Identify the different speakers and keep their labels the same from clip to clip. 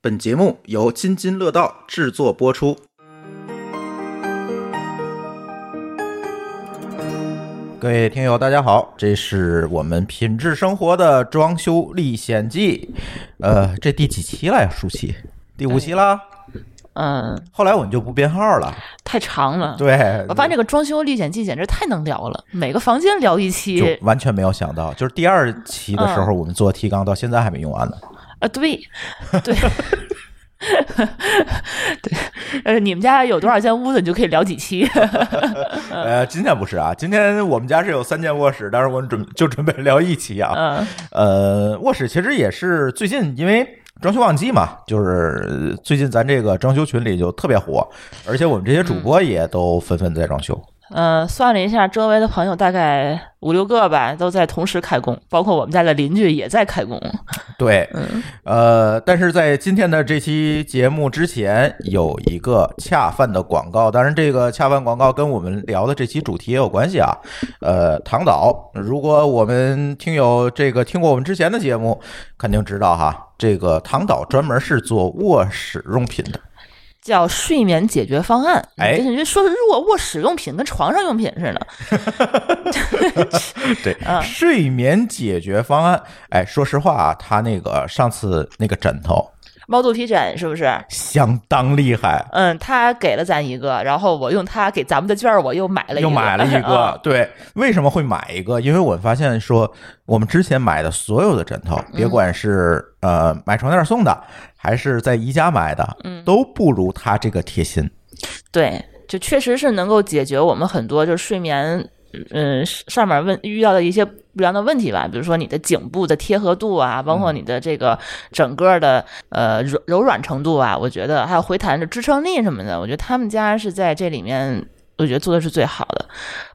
Speaker 1: 本节目由津津乐道制作播出。各位听友，大家好，这是我们品质生活的装修历险记，呃，这第几期了呀？舒淇，第五期啦。
Speaker 2: 嗯，
Speaker 1: 后来我们就不编号了，
Speaker 2: 太长了。
Speaker 1: 对，
Speaker 2: 我发现这个装修历险记简直太能聊了，每个房间聊一
Speaker 1: 就
Speaker 2: 期
Speaker 1: 完全没有想到，就是第二期的
Speaker 2: 嗯
Speaker 1: 时候，我们做提纲到现在还没用完呢。
Speaker 2: 啊，对， 对，对，呃，你们家有多少间屋子，你就可以聊几期。
Speaker 1: 呃，今天不是啊，今天我们家是有三间卧室，但是我们准就准备聊一期啊。
Speaker 2: 嗯
Speaker 1: 呃，卧室其实也是最近因为装修旺季嘛，就是最近咱这个装修群里就特别火，而且我们这些主播也都纷纷在装修。
Speaker 2: 呃，算了一下，周围的朋友大概五六个吧，都在同时开工，包括我们家的邻居也在开工。
Speaker 1: 对，
Speaker 2: 嗯
Speaker 1: 呃，但是在今天的这期节目之前，有一个恰饭的广告，当然这个恰饭广告跟我们聊的这期主题也有关系啊。呃，唐导，如果我们听友这个听过我们之前的节目，肯定知道哈，这个唐导专门是做卧室用品的。
Speaker 2: 叫睡眠解决方案，
Speaker 1: 哎
Speaker 2: 这这说是卧卧室用品，跟床上用品似的。
Speaker 1: 对，
Speaker 2: 嗯
Speaker 1: 睡眠解决方案。哎，说实话啊，他那个上次那个枕头
Speaker 2: 猫肚皮枕是不是？
Speaker 1: 相当厉害，
Speaker 2: 嗯，他给了咱一个，然后我用他给咱们的券儿，我又买了一个，
Speaker 1: 又买了一
Speaker 2: 嗯
Speaker 1: 个。对，为什么会买一个？因为我发现说，我们之前买的所有的枕
Speaker 2: 嗯
Speaker 1: 头，别管是呃买床垫送的，还是在宜家买的，
Speaker 2: 嗯
Speaker 1: 都不如它这个贴心。
Speaker 2: 对，就确实是能够解决我们很多就是睡眠，嗯，上面问遇到的一些不良的问题吧，比如说你的颈部的贴合度啊，包括你的这个整个的呃柔柔软程度啊，我觉得还有回弹的支撑力什么的，我觉得他们家是在这里面，我觉得做的是最好的，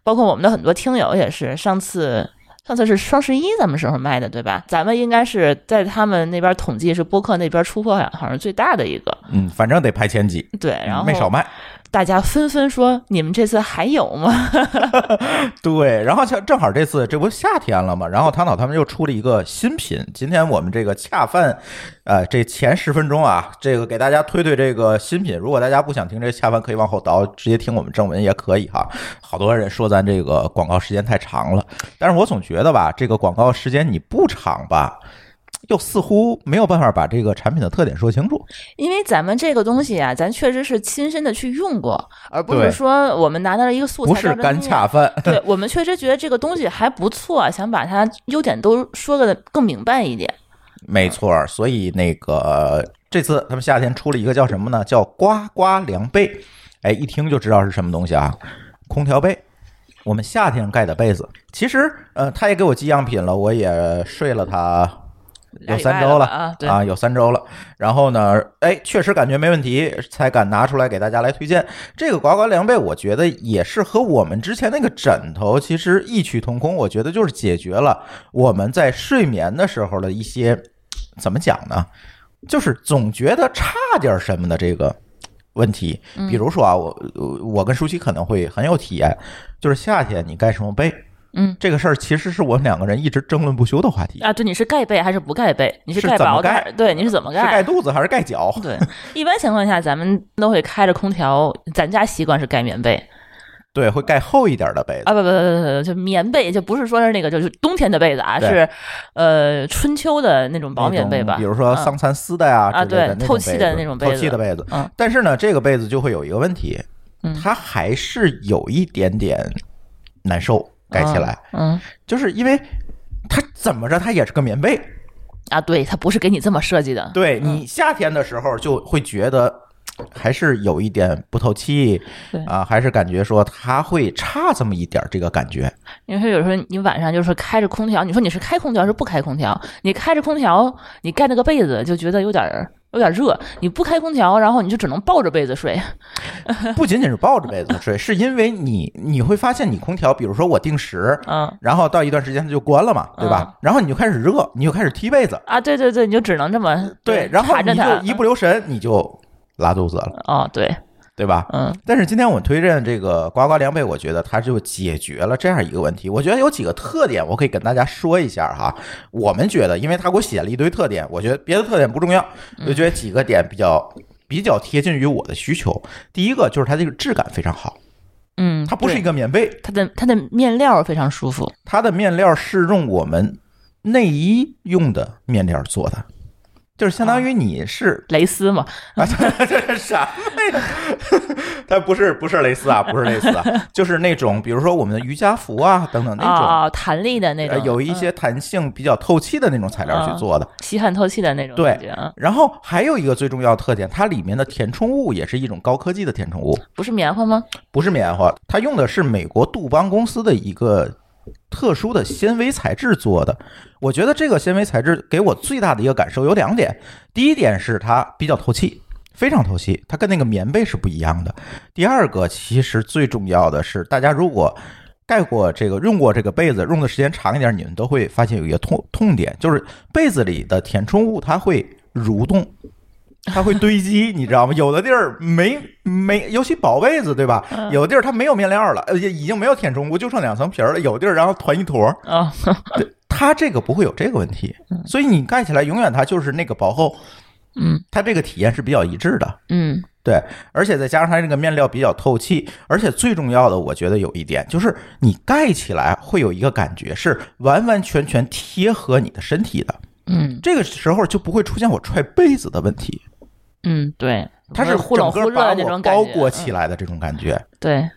Speaker 2: 包括我们的很多听友也是，上次。上次是双十一咱们时候卖的，对吧？咱们应该是在他们那边统计是播客那边出货量好像是最大的一个，
Speaker 1: 嗯，反正得排前几，
Speaker 2: 对。然后
Speaker 1: 没少嗯卖。
Speaker 2: 大家纷纷说：“你们这次还有吗
Speaker 1: 对，然后像正好这次这不夏天了嘛，然后唐导他们又出了一个新品。今天我们这个恰饭，呃，这前十分钟啊，这个给大家推推这个新品。如果大家不想听这恰饭，可以往后倒，直接听我们正文也可以哈。好多人说咱这个广告时间太长了，但是我总觉得吧，这个广告时间你不长吧，又似乎没有办法把这个产品的特点说清楚。？”
Speaker 2: 因为咱们这个东西啊，咱确实是亲身的去用过，而不
Speaker 1: 对
Speaker 2: 是说我们拿到了一个素材
Speaker 1: 不是
Speaker 2: 照着
Speaker 1: 干
Speaker 2: 念
Speaker 1: 恰饭，
Speaker 2: 对我们确实觉得这个东西还不错，想把它优点都说个更明白一点。
Speaker 1: 没错儿，所以那个这次他们夏天出了一个叫什么呢？叫呱呱凉被，哎，一听就知道是什么东西啊，空调被。我们夏天盖的被子，其实呃，他也给我寄样品了，我也睡了它有三周
Speaker 2: 俩
Speaker 1: 了
Speaker 2: 礼拜了啊对
Speaker 1: 有三周了。然后呢，哎，确实感觉没问题，才敢拿出来给大家来推荐。这个呱呱凉被，我觉得也是和我们之前那个枕头其实异曲同工，我觉得就是解决了我们在睡眠的时候的一些怎么讲呢？就是总觉得差点什么的这个问题。
Speaker 2: 嗯
Speaker 1: 比如说啊，我我我跟舒淇可能会很有体验，就是夏天你盖什么被。
Speaker 2: 嗯，
Speaker 1: 这个事儿其实是我们两个人一直争论不休的话题。
Speaker 2: 啊，对，你是盖被还是不盖被？你
Speaker 1: 是
Speaker 2: 盖
Speaker 1: 怎么
Speaker 2: 薄的
Speaker 1: 盖
Speaker 2: 还是？对，你是怎么
Speaker 1: 是盖
Speaker 2: 盖？嗯
Speaker 1: 肚子还是盖脚？
Speaker 2: 对，一般情况下咱们都会开着空调，咱家习惯是盖棉被
Speaker 1: 对，会盖厚一点的被子。
Speaker 2: 啊，不不不不不，就棉被，就不是说是那个就是冬天的被子啊，
Speaker 1: 对
Speaker 2: 是呃春秋的那种薄棉被吧，
Speaker 1: 比如说
Speaker 2: 嗯
Speaker 1: 桑蚕丝的呀、
Speaker 2: 啊
Speaker 1: 之类的
Speaker 2: 对
Speaker 1: 那种
Speaker 2: 透气的那种被
Speaker 1: 透气的
Speaker 2: 子
Speaker 1: 被子。
Speaker 2: 嗯
Speaker 1: 但是呢，这个被子就会有一个问题，
Speaker 2: 嗯
Speaker 1: 它还是有一点点难受，盖起来，
Speaker 2: 嗯
Speaker 1: 就是因为它怎么着它也是个棉被，
Speaker 2: 啊，对，它不是给你这么设计的。
Speaker 1: 对
Speaker 2: 嗯
Speaker 1: 你夏天的时候就会觉得。还是有一点不透气
Speaker 2: 对，
Speaker 1: 啊，还是感觉说它会差这么一点儿这个感觉。
Speaker 2: 因为有时候你晚上就是开着空调，你说你是开空调还是不开空调？你开着空调，你盖那个被子就觉得有点儿有点热；你不开空调，然后你就只能抱着被子睡。
Speaker 1: 不仅仅是抱着被子睡，是因为你你会发现你空调，比如说我定时，
Speaker 2: 嗯
Speaker 1: 然后到一段时间它就关了嘛，对吧？然后你就开始热，你就开始踢被子，
Speaker 2: 啊，对对对，你就只能这么
Speaker 1: 然后
Speaker 2: 缠
Speaker 1: 你
Speaker 2: 着
Speaker 1: 就
Speaker 2: 它
Speaker 1: 一不留神你就拉肚子了。
Speaker 2: 哦，对，
Speaker 1: 对吧？
Speaker 2: 嗯
Speaker 1: 但是今天我推荐这个呱呱凉被，我觉得它就解决了这样一个问题。我觉得有几个特点，我可以跟大家说一下哈。我们觉得，因为他给我写了一堆特点，我觉得别的特点不重要，
Speaker 2: 嗯
Speaker 1: 就觉得几个点比较比较贴近于我的需求。第一个就是它这个质感非常好，
Speaker 2: 嗯，
Speaker 1: 它不是
Speaker 2: 对
Speaker 1: 一个棉被，
Speaker 2: 它的它的面料非常舒服，
Speaker 1: 它的面料是用我们内衣用的面料做的，就是相当于你是
Speaker 2: 蕾丝嘛，
Speaker 1: 啊，这这是什么呀？ 它不是不是蕾丝啊，不是蕾丝啊，就是那种比如说我们的瑜伽服啊等等那种，
Speaker 2: 啊、啊弹力的那
Speaker 1: 呃
Speaker 2: 种，
Speaker 1: 有一
Speaker 2: 嗯
Speaker 1: 些弹性比较透气的那种材料去做的。
Speaker 2: 吸汗透气的那种
Speaker 1: 对
Speaker 2: 感觉啊，
Speaker 1: 然后还有一个最重要的特点，它里面的填充物也是一种高科技的填充物，
Speaker 2: 不是棉花吗？
Speaker 1: 不是棉花，它用的是美国杜邦公司的一个特殊的纤维材质做的。我觉得这个纤维材质给我最大的一个感受有两点，第一点是它比较透气。非常透气，它跟那个棉被是不一样的。第二个，其实最重要的是，大家如果盖过这个、用过这个被子，用的时间长一点，你们都会发现有一个痛痛点，就是被子里的填充物它会蠕动，它会堆积，你知道吗？有的地儿没没，尤其薄被子，对吧？有的地儿它没有面料了，呃，也已经没有填充物，就剩两层皮儿了。有地儿然后团一坨儿，
Speaker 2: 啊、
Speaker 1: 它这个不会有这个问题，所以你盖起来永远它就是那个薄厚，
Speaker 2: 嗯
Speaker 1: 它这个体验是比较一致的。
Speaker 2: 嗯
Speaker 1: 对，而且再加上它这个面料比较透气，而且最重要的，我觉得有一点就是你盖起来会有一个感觉是完完全全贴合你的身体的，
Speaker 2: 嗯
Speaker 1: 这个时候就不会出现我踹被子的问题。
Speaker 2: 嗯，对，
Speaker 1: 它是
Speaker 2: 我忽冷忽
Speaker 1: 整个把
Speaker 2: 热那
Speaker 1: 我
Speaker 2: 种感觉，嗯
Speaker 1: 包裹起
Speaker 2: 来，
Speaker 1: 来的这种感觉，
Speaker 2: 对，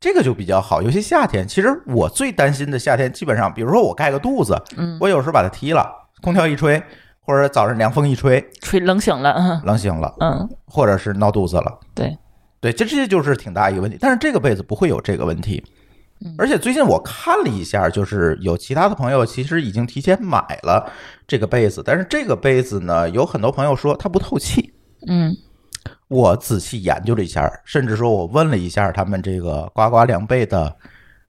Speaker 1: 这个就比较好。尤其夏天，其实我最担心的夏天，基本上，比如说我盖个肚子，
Speaker 2: 嗯，
Speaker 1: 我有时候把它踢了，空调一吹，或者早上凉风一吹，
Speaker 2: 吹冷醒了，嗯
Speaker 1: 冷醒了，
Speaker 2: 嗯，
Speaker 1: 或者是闹肚子了。
Speaker 2: 对，
Speaker 1: 对，这这就是挺大一个问题。但是这个被子不会有这个问题。
Speaker 2: 嗯
Speaker 1: 而且最近我看了一下，就是有其他的朋友其实已经提前买了这个被子，但是这个被子呢，有很多朋友说它不透气。
Speaker 2: 嗯
Speaker 1: 我仔细研究了一下，甚至说我问了一下他们这个呱呱凉被的，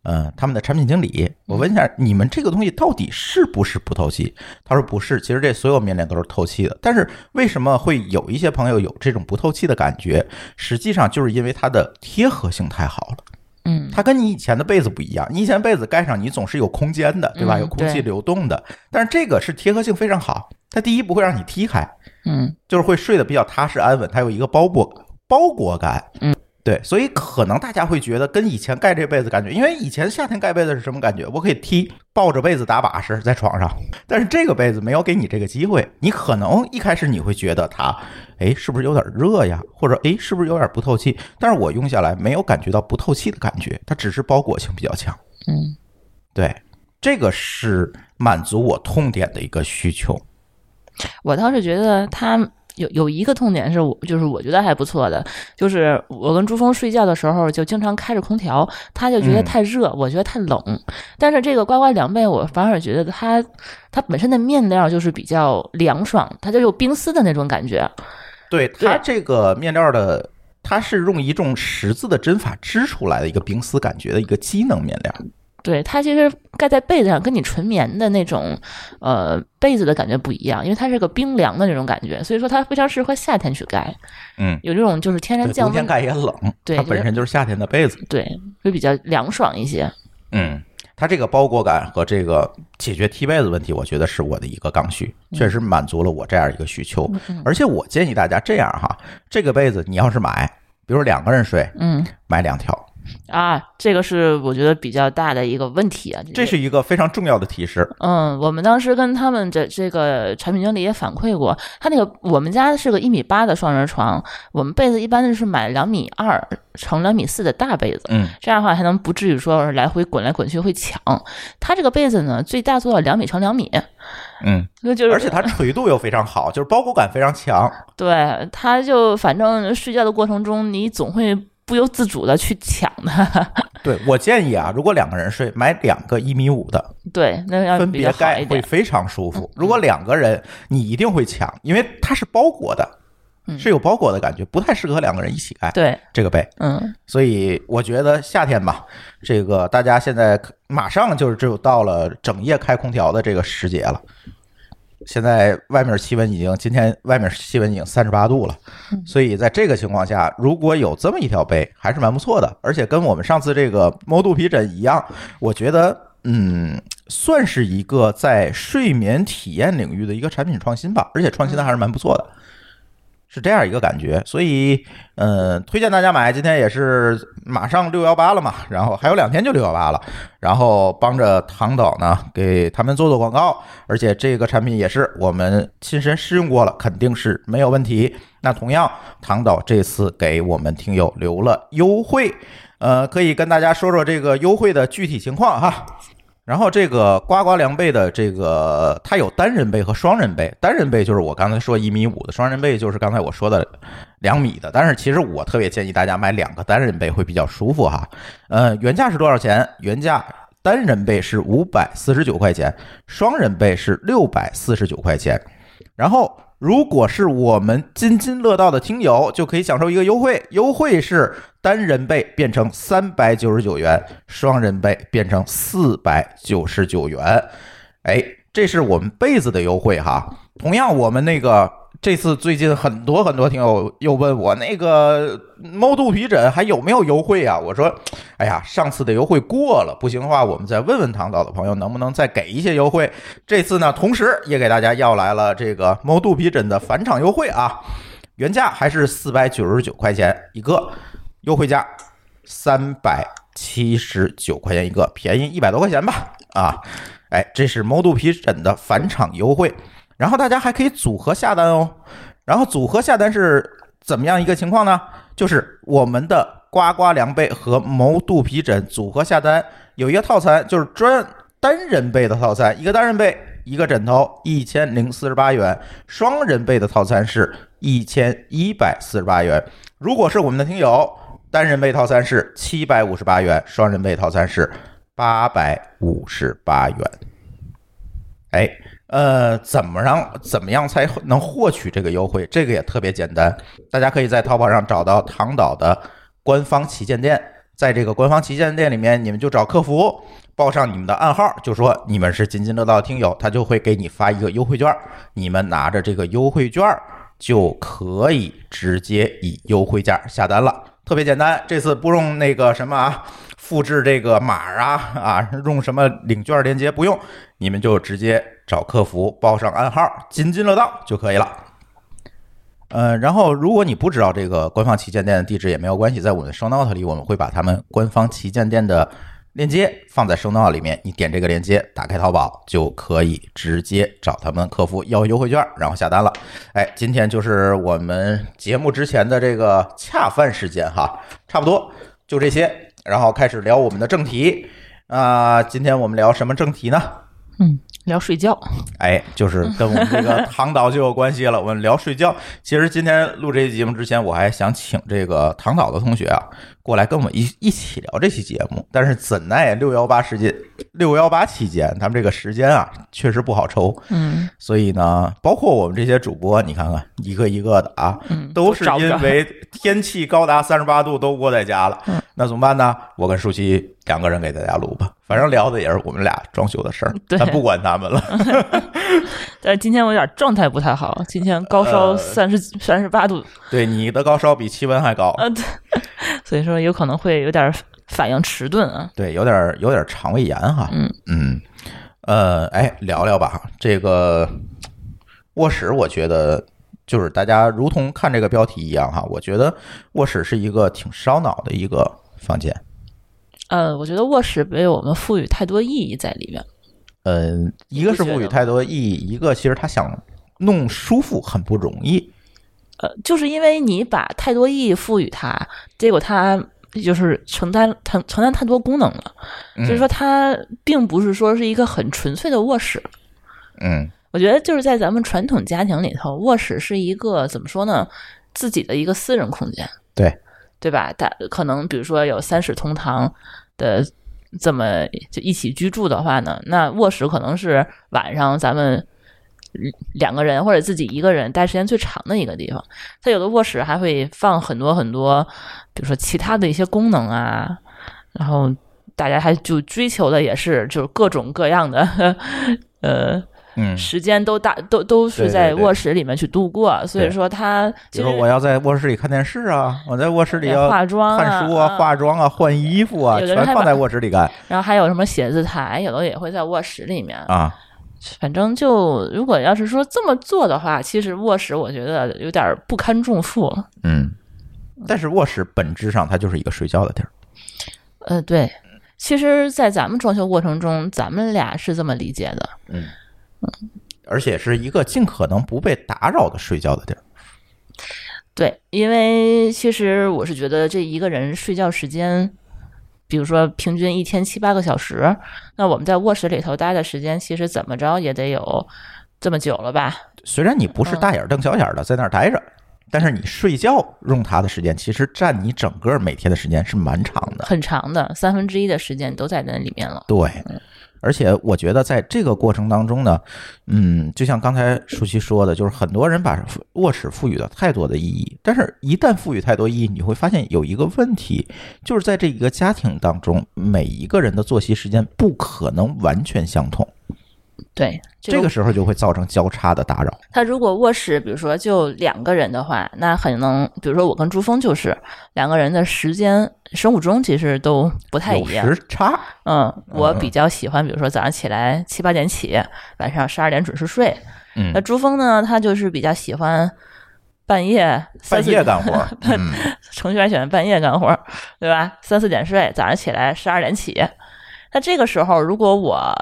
Speaker 1: 呃，他们的产品经理，我问一下
Speaker 2: 嗯
Speaker 1: 你们这个东西到底是不是不透气？他说不是，其实这所有棉料都是透气的，但是为什么会有一些朋友有这种不透气的感觉？实际上就是因为它的贴合性太好了。
Speaker 2: 嗯
Speaker 1: 它跟你以前的被子不一样，你以前被子盖上你总是有空间的，对吧？
Speaker 2: 嗯
Speaker 1: 有空气
Speaker 2: 对
Speaker 1: 流动的，但是这个是贴合性非常好，它第一不会让你踢开，
Speaker 2: 嗯
Speaker 1: 就是会睡得比较踏实安稳，它有一个包裹包裹感。
Speaker 2: 嗯，
Speaker 1: 对，所以可能大家会觉得跟以前盖这被子感觉，因为以前夏天盖被子是什么感觉？我可以踢，抱着被子打把式在床上，但是这个被子没有给你这个机会，你可能一开始你会觉得它，哎，是不是有点热呀？或者哎，是不是有点不透气？但是我用下来没有感觉到不透气的感觉，它只是包裹性比较强。
Speaker 2: 嗯
Speaker 1: 对，这个是满足我痛点的一个需求。
Speaker 2: 我倒是觉得它有有一个痛点是我就是我觉得还不错的，就是我跟朱峰睡觉的时候就经常开着空调，他就觉得
Speaker 1: 嗯
Speaker 2: 太热，我觉得太冷。但是这个呱呱凉被，我反而觉得它它本身的面料就是比较凉爽，它就有冰丝的那种感觉。
Speaker 1: 对它
Speaker 2: 对
Speaker 1: 这个面料的，它是用一种十字的针法织出来的一个冰丝感觉的一个机能面料。
Speaker 2: 对它其实盖在被子上，跟你纯棉的那种，呃，被子的感觉不一样，因为它是个冰凉的那种感觉，所以说它非常适合夏天去盖，
Speaker 1: 嗯，
Speaker 2: 有这种就是天然
Speaker 1: 对，冬
Speaker 2: 降
Speaker 1: 天
Speaker 2: 温，
Speaker 1: 盖也冷，
Speaker 2: 对
Speaker 1: 它
Speaker 2: 就
Speaker 1: 本
Speaker 2: 是
Speaker 1: 身就是夏天的被子。
Speaker 2: 对，会比较凉爽一些。
Speaker 1: 嗯，它这个包裹感和这个解决踢被子问题，我觉得是我的一个刚需，确实满足了我这样一个需求。
Speaker 2: 嗯
Speaker 1: 而且我建议大家这样哈，这个被子你要是买，比如两个人睡，
Speaker 2: 嗯
Speaker 1: 买两条，
Speaker 2: 啊，这个是我觉得比较大的一个问题啊。
Speaker 1: 这
Speaker 2: 个
Speaker 1: 是一个非常重要的提示。
Speaker 2: 嗯，我们当时跟他们这这个产品经理也反馈过，他那个我们家是个一米八的双人床，我们被子一般是买两米二乘两米四的大被子，
Speaker 1: 嗯，
Speaker 2: 这样的话才能不至于说是来回滚来滚去会抢。它这个被子呢，最大做到两米乘两米，
Speaker 1: 嗯，
Speaker 2: 那就是
Speaker 1: 而且它垂度又非常好，就是包裹感非常强。
Speaker 2: 对，它就反正睡觉的过程中，你总会不由自主的去抢它。
Speaker 1: 对我建议啊，如果两个人睡，买两个一米五的，
Speaker 2: 对，那要
Speaker 1: 分
Speaker 2: 嗯比
Speaker 1: 别
Speaker 2: 较好
Speaker 1: 盖
Speaker 2: 一
Speaker 1: 会
Speaker 2: 点。嗯
Speaker 1: 非常舒服。如果两个人，你一定会抢，因为它是包裹的，是有包裹的感觉，不太适合两个人一起盖
Speaker 2: 嗯对，
Speaker 1: 这个被。
Speaker 2: 嗯
Speaker 1: 所以我觉得夏天吧，这个大家现在马上就是只有到了整夜开空调的这个时节了。现在外面气温已经今天外面气温已经三十八度了，所以在这个情况下，如果有这么一条杯，还是蛮不错的。而且跟我们上次这个猫肚皮枕一样，我觉得。嗯，算是一个在睡眠体验领域的一个产品创新吧，而且创新的还是蛮不错的，是这样一个感觉。所以，嗯，推荐大家买。今天也是马上六幺八了嘛，然后还有两天就六幺八了，然后帮着唐导呢给他们做做广告，而且这个产品也是我们亲身试用过了，肯定是没有问题。那同样，唐导这次给我们听友留了优惠，呃，可以跟大家说说这个优惠的具体情况哈。然后这个呱呱凉被的这个，它有单人被和双人被。单人被就是我刚才说一米五的，双人被就是刚才我说的两米的。但是其实我特别建议大家买两个单人被会比较舒服哈。呃，原价是多少钱？原价单人被是五百四十九块钱，双人被是六百四十九块钱。然后如果是我们津津乐道的听友，就可以享受一个优惠，优惠是单人被变成三百九十九元，双人被变成四百九十九元。哎，这是我们被子的优惠哈。同样，我们那个这次最近很多很多听友又问我那个猫肚皮枕还有没有优惠啊？我说，哎呀，上次的优惠过了，不行的话，我们再问问唐导的朋友能不能再给一些优惠。这次呢，同时也给大家要来了这个猫肚皮枕的返场优惠啊，原价还是四百九十九块钱一个，优惠价三百七十九块钱一个，便宜一百多块钱吧啊！哎，这是猫肚皮枕的返场优惠，然后大家还可以组合下单哦。然后组合下单是怎么样一个情况呢？就是我们的呱呱凉被和毛肚皮枕组合下单，有一个套餐就是专单人被的套餐，一个单人被一个枕头一千零四十八元，双人被的套餐是一千一百四十八元。如果是我们的听友，单人被套餐是七百五十八元，双人被套餐是八百五十八元。哎，呃，怎么让怎么样才能获取这个优惠？这个也特别简单，大家可以在淘宝上找到唐岛的官方旗舰店，在这个官方旗舰店里面，你们就找客服。报上你们的暗号，就说你们是津津乐道的听友，他就会给你发一个优惠券儿，你们拿着这个优惠券儿就可以直接以优惠价下单了，特别简单。这次不用那个什么啊，复制这个码儿啊 啊，用什么领券链接不用，你们就直接找客服报上暗号“津津乐道”就可以了。呃，然后如果你不知道这个官方旗舰店的地址也没有关系，在我们 show note 里我们会把他们官方旗舰店的链接放在 show note 里面，你点这个链接，打开淘宝就可以直接找他们客服要优惠券，然后下单了。哎，今天就是我们节目之前的这个恰饭时间哈，差不多就这些，然后开始聊我们的正题。啊、今天我们聊什么正题呢？
Speaker 2: 嗯，聊睡觉，
Speaker 1: 哎， 就是跟我们这个唐导就有关系了。我们聊睡觉。其实今天录这期节目之前，我还想请这个唐导的同学啊，过来跟我们一一起聊这期节目。但是怎奈六幺八时间，六幺八期间，他们这个时间啊，确实不好抽。
Speaker 2: 嗯，
Speaker 1: 所以呢，包括我们这些主播，你看看一个一个的啊，
Speaker 2: 嗯
Speaker 1: 都是
Speaker 2: 找不着
Speaker 1: 因为天气高达三十八度都窝在家了。
Speaker 2: 嗯
Speaker 1: 那怎么办呢？我跟舒淇两个人给大家录吧，反正聊的也是我们俩装修的事儿，
Speaker 2: 对
Speaker 1: 咱不管他们了。
Speaker 2: 但是今天我有点状态不太好，今天高烧
Speaker 1: 呃
Speaker 2: 三十三十八度，
Speaker 1: 对，你的高烧比气温还高，
Speaker 2: 呃，对所以说有可能会有点反应迟钝啊。
Speaker 1: 对，有点儿有点儿肠胃炎哈。
Speaker 2: 嗯
Speaker 1: 嗯，呃，哎，聊聊吧，这个卧室，我觉得就是大家如同看这个标题一样哈，我觉得卧室是一个挺烧脑的一个房间。
Speaker 2: 呃，我觉得卧室被我们赋予太多意义在里面。
Speaker 1: 嗯，一个是
Speaker 2: 你不觉
Speaker 1: 赋予
Speaker 2: 得
Speaker 1: 太多意义，一个其实他想弄舒服很不容易。
Speaker 2: 呃，就是因为你把太多意义赋予它，结果它就是承担承承担太多功能了，
Speaker 1: 嗯
Speaker 2: 所以说它并不是说是一个很纯粹的卧室。
Speaker 1: 嗯
Speaker 2: 我觉得就是在咱们传统家庭里头，卧室是一个怎么说呢，自己的一个私人空间，
Speaker 1: 对
Speaker 2: 对吧？大可能比如说有三室同堂的这么就一起居住的话呢，那卧室可能是晚上咱们。两个人或者自己一个人待时间最长的一个地方，它有的卧室还会放很多很多，比如说其他的一些功能啊，然后大家还就追求的也是就是各种各样的 呃
Speaker 1: 嗯，
Speaker 2: 时间都大都都是
Speaker 1: 对
Speaker 2: 在
Speaker 1: 对
Speaker 2: 卧室里面去度过，所以
Speaker 1: 对
Speaker 2: 说他
Speaker 1: 比
Speaker 2: 其
Speaker 1: 如
Speaker 2: 实
Speaker 1: 说我要在卧室里看电视啊，我在卧室里
Speaker 2: 也
Speaker 1: 要
Speaker 2: 化妆嗯
Speaker 1: 看书啊、化妆啊、换衣服啊，
Speaker 2: 有的
Speaker 1: 全
Speaker 2: 人还
Speaker 1: 放
Speaker 2: 把
Speaker 1: 在卧室里干
Speaker 2: 然后还有什么写字台，有的也会在卧室里面。
Speaker 1: 啊。
Speaker 2: 反正就如果要是说这么做的话，其实卧室我觉得有点不堪重负。
Speaker 1: 嗯，但是卧室本质上它就是一个睡觉的地儿。
Speaker 2: 呃，对，其实，在咱们装修过程中，咱们俩是这么理解的。
Speaker 1: 而且是一个尽可能不被打扰的睡觉的地儿。
Speaker 2: 对，因为其实我是觉得这一个人睡觉时间，比如说平均一天七八个小时，那我们在卧室里头待的时间，其实怎么着也得有这么久了吧？
Speaker 1: 虽然你不是大眼瞪小眼的在那儿待着，但是你睡觉用它的时间，其实占你整个每天的时间是蛮长的。
Speaker 2: 很长的，三分之一的时间都在那里面了。
Speaker 1: 对，而且我觉得在这个过程当中呢，嗯，就像刚才舒淇说的，就是很多人把卧室赋予了太多的意义，但是一旦赋予太多意义，你会发现有一个问题，就是在这一个家庭当中，每一个人的作息时间不可能完全相同，
Speaker 2: 对，
Speaker 1: 这个时候就会造成交叉的打扰。
Speaker 2: 他如果卧室，比如说就两个人的话，那很能，比如说我跟朱峰就是两个人的时间生物钟其实都不太一
Speaker 1: 有
Speaker 2: 样。
Speaker 1: 时差，
Speaker 2: 嗯，我比较喜欢，比如说早上起来七八点起，晚上十二点准时睡。
Speaker 1: 嗯
Speaker 2: 那，朱峰呢，他就是比较喜欢半夜三
Speaker 1: 半
Speaker 2: 四
Speaker 1: 夜干活， 嗯，
Speaker 2: 程序员喜欢半夜干活，对吧？三四点睡，早上起来十二点起。那这个时候，如果我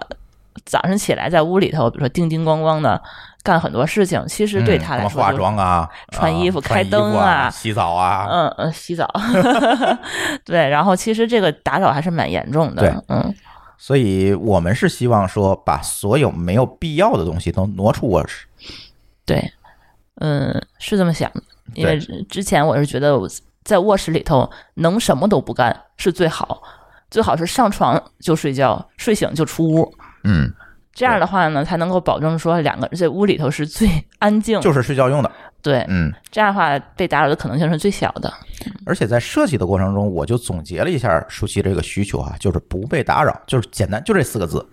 Speaker 2: 早上起来在屋里头，比如说叮叮咣咣的干很多事情，其实对
Speaker 1: 嗯
Speaker 2: 他
Speaker 1: 什
Speaker 2: 来
Speaker 1: 么
Speaker 2: 说、
Speaker 1: 化，妆啊、
Speaker 2: 穿
Speaker 1: 啊
Speaker 2: 衣服
Speaker 1: 穿
Speaker 2: 开灯
Speaker 1: 服啊、
Speaker 2: 啊
Speaker 1: 洗澡啊，
Speaker 2: 嗯嗯，洗澡， 对。然后其实这个打扰还是蛮严重
Speaker 1: 对
Speaker 2: 的，嗯，
Speaker 1: 所以我们是希望说，把所有没有必要的东西都挪出卧室。
Speaker 2: 对，嗯，是这么想的。因为
Speaker 1: 对
Speaker 2: 之之前我是觉得我在卧室里头能什么都不干是最好，最好是上床就睡觉，睡醒就出屋。
Speaker 1: 嗯，
Speaker 2: 这样的话呢，才能够保证说两个人在屋里头是最 安静，
Speaker 1: 就是睡觉用的。
Speaker 2: 对，
Speaker 1: 嗯，
Speaker 2: 这样的话被打扰的可能性是最小的。
Speaker 1: 而且在设计的过程中，我就总结了一下舒淇这个需求啊，就是不被打扰，就是简单就这四个字，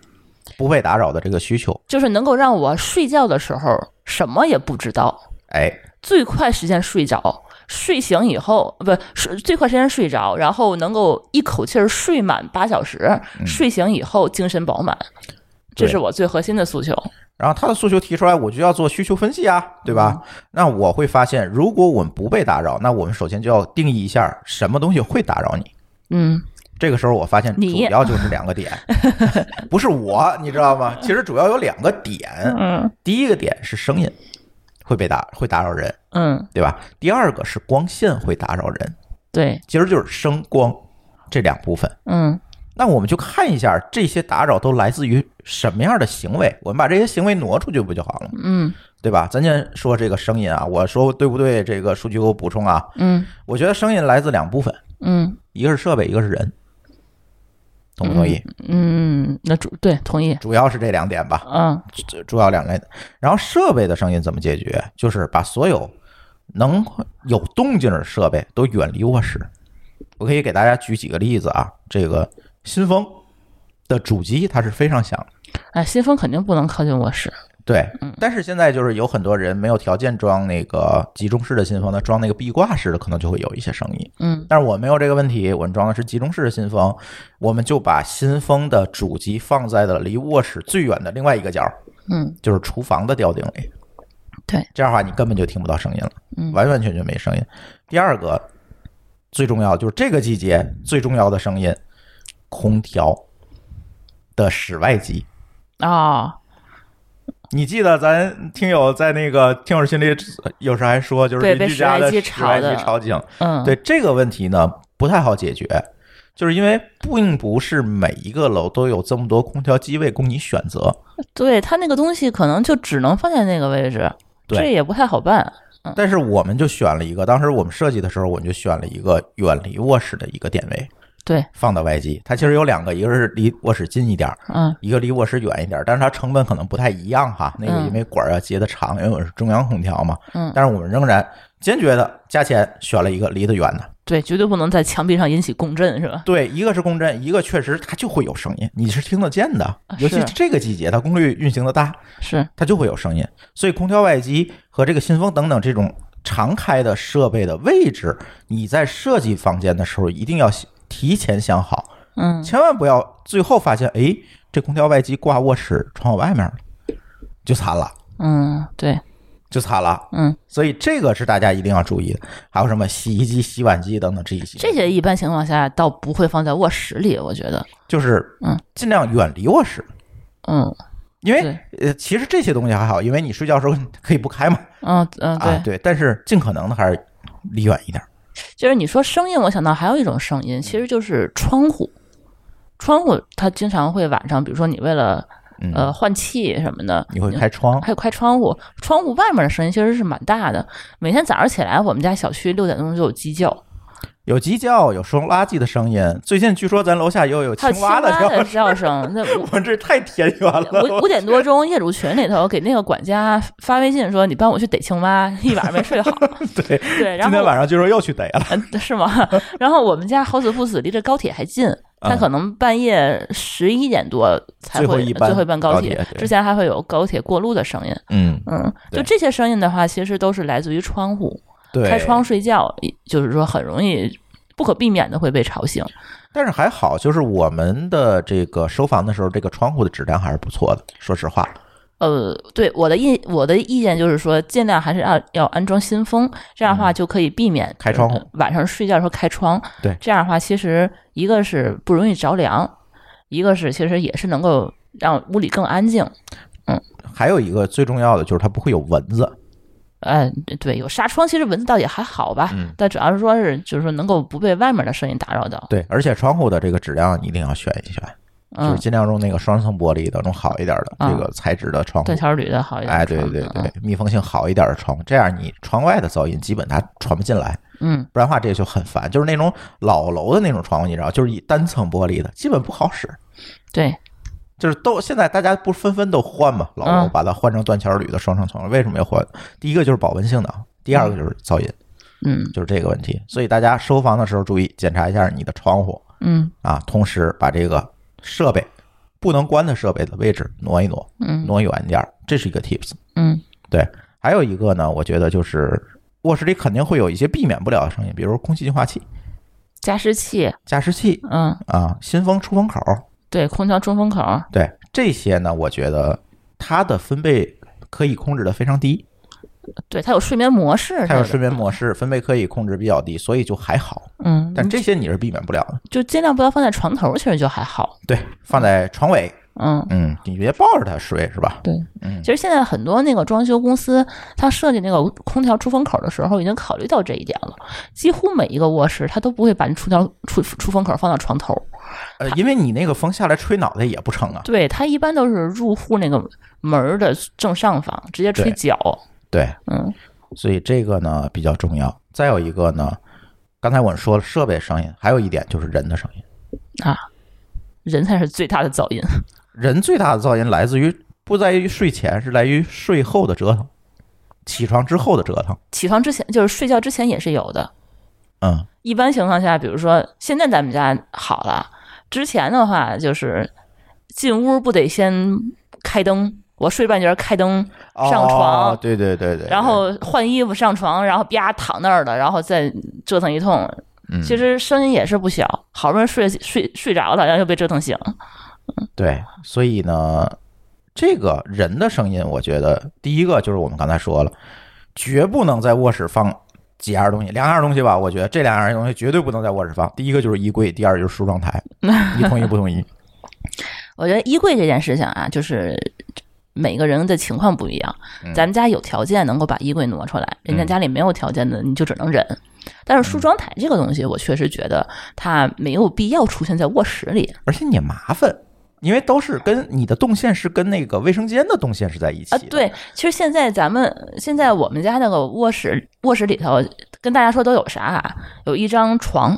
Speaker 1: 不被打扰的这个需求。
Speaker 2: 就是能够让我睡觉的时候什么也不知道，
Speaker 1: 哎，
Speaker 2: 最快时间睡着，睡醒以后不睡最快时间睡着，然后能够一口气儿睡满八小时，睡醒以后精神饱满，这
Speaker 1: 嗯对
Speaker 2: 是我最核心的诉求。
Speaker 1: 然后他的诉求提出来，我就要做需求分析啊，对吧？那我会发现，如果我们不被打扰，那我们首先就要定义一下什么东西会打扰你。
Speaker 2: 嗯，
Speaker 1: 这个时候我发现主
Speaker 2: 你
Speaker 1: 要就是两个 点，不是我，你知道吗？其实主要有两个点，
Speaker 2: 嗯
Speaker 1: 第一个点是声音会被打会打扰人，
Speaker 2: 嗯，
Speaker 1: 对吧？第二个是光线会打扰人，
Speaker 2: 对，
Speaker 1: 其实就是声光这两部分。
Speaker 2: 嗯
Speaker 1: 那我们就看一下这些打扰都来自于什么样的行为，我们把这些行为挪出去不就好了吗？
Speaker 2: 嗯
Speaker 1: 对吧？咱先说这个声音啊，我说对不对？这个数据给我补充啊，
Speaker 2: 嗯
Speaker 1: 我觉得声音来自两部分，
Speaker 2: 嗯
Speaker 1: 一个是设备，一个是人，同不同意？
Speaker 2: 嗯，那主对同意，
Speaker 1: 主要是这两点吧。
Speaker 2: 嗯
Speaker 1: 主主要两类的。然后设备的声音怎么解决？就是把所有能有动静的设备都远离卧室。我可以给大家举几个例子啊，这个新风的主机它是非常响的，
Speaker 2: 哎，新风肯定不能靠近卧室，
Speaker 1: 对，但是现在就是有很多人没有条件装那个集中式的新风，那装那个壁挂式的可能就会有一些声音。
Speaker 2: 嗯
Speaker 1: 但是我没有这个问题，我们装的是集中式的新风，我们就把新风的主机放在了离卧室最远的另外一个角，
Speaker 2: 嗯，
Speaker 1: 就是厨房的吊顶里。
Speaker 2: 对，
Speaker 1: 这样的话你根本就听不到声音了，
Speaker 2: 嗯
Speaker 1: 完完全全没声音。第二个最重要的就是这个季节最重要的声音，空调的室外机。
Speaker 2: 哦，
Speaker 1: 你记得咱听友在那个听友群里有时候还说，就是
Speaker 2: 对
Speaker 1: 邻
Speaker 2: 被
Speaker 1: 居
Speaker 2: 室
Speaker 1: 家
Speaker 2: 外
Speaker 1: 的
Speaker 2: 机
Speaker 1: 室
Speaker 2: 吵
Speaker 1: 外
Speaker 2: 的
Speaker 1: 机吵醒，
Speaker 2: 嗯，
Speaker 1: 对这个问题呢不太好解决，就是因为并不是每一个楼都有这么多空调机位供你选择。
Speaker 2: 对，它那个东西可能就只能放在那个位置，
Speaker 1: 对
Speaker 2: 这也不太好办，
Speaker 1: 但是我们就选了一个，当时我们设计的时候，我们就选了一个远离卧室的一个点位，
Speaker 2: 对，
Speaker 1: 放到外机。它其实有两个，一个是离卧室近一点儿，
Speaker 2: 嗯
Speaker 1: 一个离卧室远一点儿，但是它成本可能不太一样哈。那个
Speaker 2: 嗯
Speaker 1: 因为管儿要接的长，因为我是中央空调嘛。
Speaker 2: 嗯
Speaker 1: 但是我们仍然坚决的加钱选了一个离得远的，
Speaker 2: 对，绝对不能在墙壁上引起共振，是吧？
Speaker 1: 对，一个是共振，一个确实它就会有声音，你是听得见的。
Speaker 2: 啊
Speaker 1: 尤其
Speaker 2: 是
Speaker 1: 这个季节，它功率运行的大，
Speaker 2: 是，
Speaker 1: 它就会有声音。所以空调外机和这个新风等等这种常开的设备的位置，你在设计房间的时候一定要提前想好，
Speaker 2: 嗯，
Speaker 1: 千万不要最后发现，哎，这空调外机挂卧室窗户外面了，就惨了，
Speaker 2: 嗯，对，
Speaker 1: 就惨了。
Speaker 2: 嗯，
Speaker 1: 所以这个是大家一定要注意的。还有什么洗衣机、洗碗机等等这一些，
Speaker 2: 这些一般情况下倒不会放在卧室里，我觉得，
Speaker 1: 就是
Speaker 2: 嗯
Speaker 1: 尽量远离卧室，
Speaker 2: 嗯，
Speaker 1: 因为
Speaker 2: 对
Speaker 1: 呃，其实这些东西还好，因为你睡觉的时候你可以不开嘛，
Speaker 2: 嗯嗯，
Speaker 1: 啊，对，但是尽可能的还是离远一点。
Speaker 2: 就是你说声音，我想到还有一种声音，其实就是窗户。窗户它经常会晚上，比如说你为了
Speaker 1: 嗯，
Speaker 2: 呃换气什么的，
Speaker 1: 你会开窗，
Speaker 2: 还有开窗户，窗户外面的声音其实是蛮大的。每天早上起来，我们家小区六点钟就有鸡叫，
Speaker 1: 有鸡叫，有收垃圾的声音。最近据说咱楼下又有
Speaker 2: 还有青
Speaker 1: 蛙的叫，
Speaker 2: 的叫声。那我
Speaker 1: 我们这太田园了。
Speaker 2: 五五点多钟，业主群里头给那个管家发微信说：“你帮我去逮青蛙，一晚上没睡好。
Speaker 1: 对，”
Speaker 2: 对，然
Speaker 1: 今天
Speaker 2: 后
Speaker 1: 晚上据说又去逮了。
Speaker 2: 嗯是吗？ 然后我们家好死不死离着高铁还近，他
Speaker 1: 嗯
Speaker 2: 可能半夜十一点多才
Speaker 1: 最
Speaker 2: 会
Speaker 1: 后一班
Speaker 2: 高
Speaker 1: 高铁对
Speaker 2: 之前还会有高铁过路的声音。
Speaker 1: 嗯，
Speaker 2: 嗯，
Speaker 1: 对
Speaker 2: 就这些声音的话，其实都是来自于窗户，
Speaker 1: 对，
Speaker 2: 开窗。睡觉，就是说很容易不可避免的会被吵醒。
Speaker 1: 但是还好，就是我们的这个收房的时候，这个窗户的质量还是不错的。说实话，
Speaker 2: 呃，对我的意我的意见就是说，尽量还是要要安装新风，这样的话就可以避免
Speaker 1: 嗯开窗户
Speaker 2: 呃晚上睡觉的时候开窗。
Speaker 1: 对
Speaker 2: 这样的话其实一个是不容易着凉，一个是其实也是能够让屋里更安静。
Speaker 1: 还有一个最重要的就是它不会有蚊子。
Speaker 2: 嗯，对，有纱窗，其实蚊子倒也还好吧，
Speaker 1: 嗯
Speaker 2: 但主要是说是就是说能够不被外面的声音打扰到，
Speaker 1: 对，而且窗户的这个质量一定要选一选，就
Speaker 2: 嗯
Speaker 1: 是，尽量用那个双层玻璃的，用好一点的
Speaker 2: 啊
Speaker 1: 这个材质的窗户
Speaker 2: 断。桥铝的好一点，
Speaker 1: 哎，对对对
Speaker 2: 嗯
Speaker 1: 对，密封性好一点的窗户，这样你窗外的噪音基本它传不进来。
Speaker 2: 嗯，
Speaker 1: 不然的话这就很烦。就是那种老楼的那种窗户，你知道，就是一单层玻璃的，基本不好使。
Speaker 2: 对，
Speaker 1: 就是都现在大家不是纷纷都换嘛，老楼
Speaker 2: 嗯
Speaker 1: 把它换成断桥铝的双层窗户，为什么要换？第一个就是保温性能，第二个就是噪音，
Speaker 2: 嗯
Speaker 1: 就是这个问题。所以大家收房的时候注意检查一下你的窗户
Speaker 2: 嗯
Speaker 1: 啊，同时把这个设备不能关的设备的位置挪一挪，
Speaker 2: 嗯
Speaker 1: 挪远点儿，这是一个 tips。
Speaker 2: 嗯
Speaker 1: 对，还有一个呢，我觉得就是卧室里肯定会有一些避免不了的声音，比如空气净化器、
Speaker 2: 加湿器，
Speaker 1: 加湿器
Speaker 2: 嗯，
Speaker 1: 啊，新风出风口，
Speaker 2: 对，空调出风口，
Speaker 1: 对这些呢，我觉得它的分贝可以控制的非常低，
Speaker 2: 对，它有睡眠模式，
Speaker 1: 它有睡眠模式，分贝可以控制比较低，所以就还好。
Speaker 2: 嗯，
Speaker 1: 但这些你是避免不了的，
Speaker 2: 就尽量不要放在床头，其实就还好，
Speaker 1: 对，放在床尾，
Speaker 2: 嗯。
Speaker 1: 嗯，你别抱着它睡是吧？
Speaker 2: 对，
Speaker 1: 嗯
Speaker 2: 其实现在很多那个装修公司，它设计那个空调出风口的时候，已经考虑到这一点了。几乎每一个卧室，它都不会把你出条出出风口放到床头，
Speaker 1: 呃，因为你那个风下来吹脑袋也不成啊。
Speaker 2: 对，它一般都是入户那个门儿的正上方，直接吹
Speaker 1: 对
Speaker 2: 脚。
Speaker 1: 对，
Speaker 2: 嗯
Speaker 1: 所以这个呢比较重要。再有一个呢，刚才我们说了设备声音，还有一点就是人的声音。
Speaker 2: 啊，人才是最大的噪音。
Speaker 1: 人最大的噪音来自于不在于睡前，是来于睡后的折腾，起床之后的折腾。
Speaker 2: 起床之前，就是睡觉之前也是有的。
Speaker 1: 嗯，
Speaker 2: 一般情况下，比如说现在咱们家好了，之前的话就是进屋不得先开灯，我睡半截儿开灯上床，
Speaker 1: 哦对对对对，
Speaker 2: 然后换衣服上床，然后啪躺那儿了，然后再折腾一通。
Speaker 1: 嗯
Speaker 2: 其实声音也是不小，好不容易睡睡睡着了，然后又被折腾醒。
Speaker 1: 对，所以呢，这个人的声音，我觉得第一个就是我们刚才说了，绝不能在卧室放几样东西，两样东西吧，我觉得这两样东西绝对不能在卧室放。第一个就是衣柜，第二就是梳妆 台，你同意不同意？
Speaker 2: 我觉得衣柜这件事情啊，就是每个人的情况不一样。
Speaker 1: 嗯
Speaker 2: 咱们家有条件能够把衣柜挪出来，人家家里没有条件的，你就只能忍。但
Speaker 1: 嗯
Speaker 2: 是梳妆台这个东西，我确实觉得它没有必要出现在卧室里
Speaker 1: 而且你也麻烦。因为都是跟你的动线是跟那个卫生间的动线是在一起
Speaker 2: 啊
Speaker 1: 的。。
Speaker 2: 对，其实现在咱们现在我们家那个卧室，卧室里头跟大家说都有啥啊？有一张床，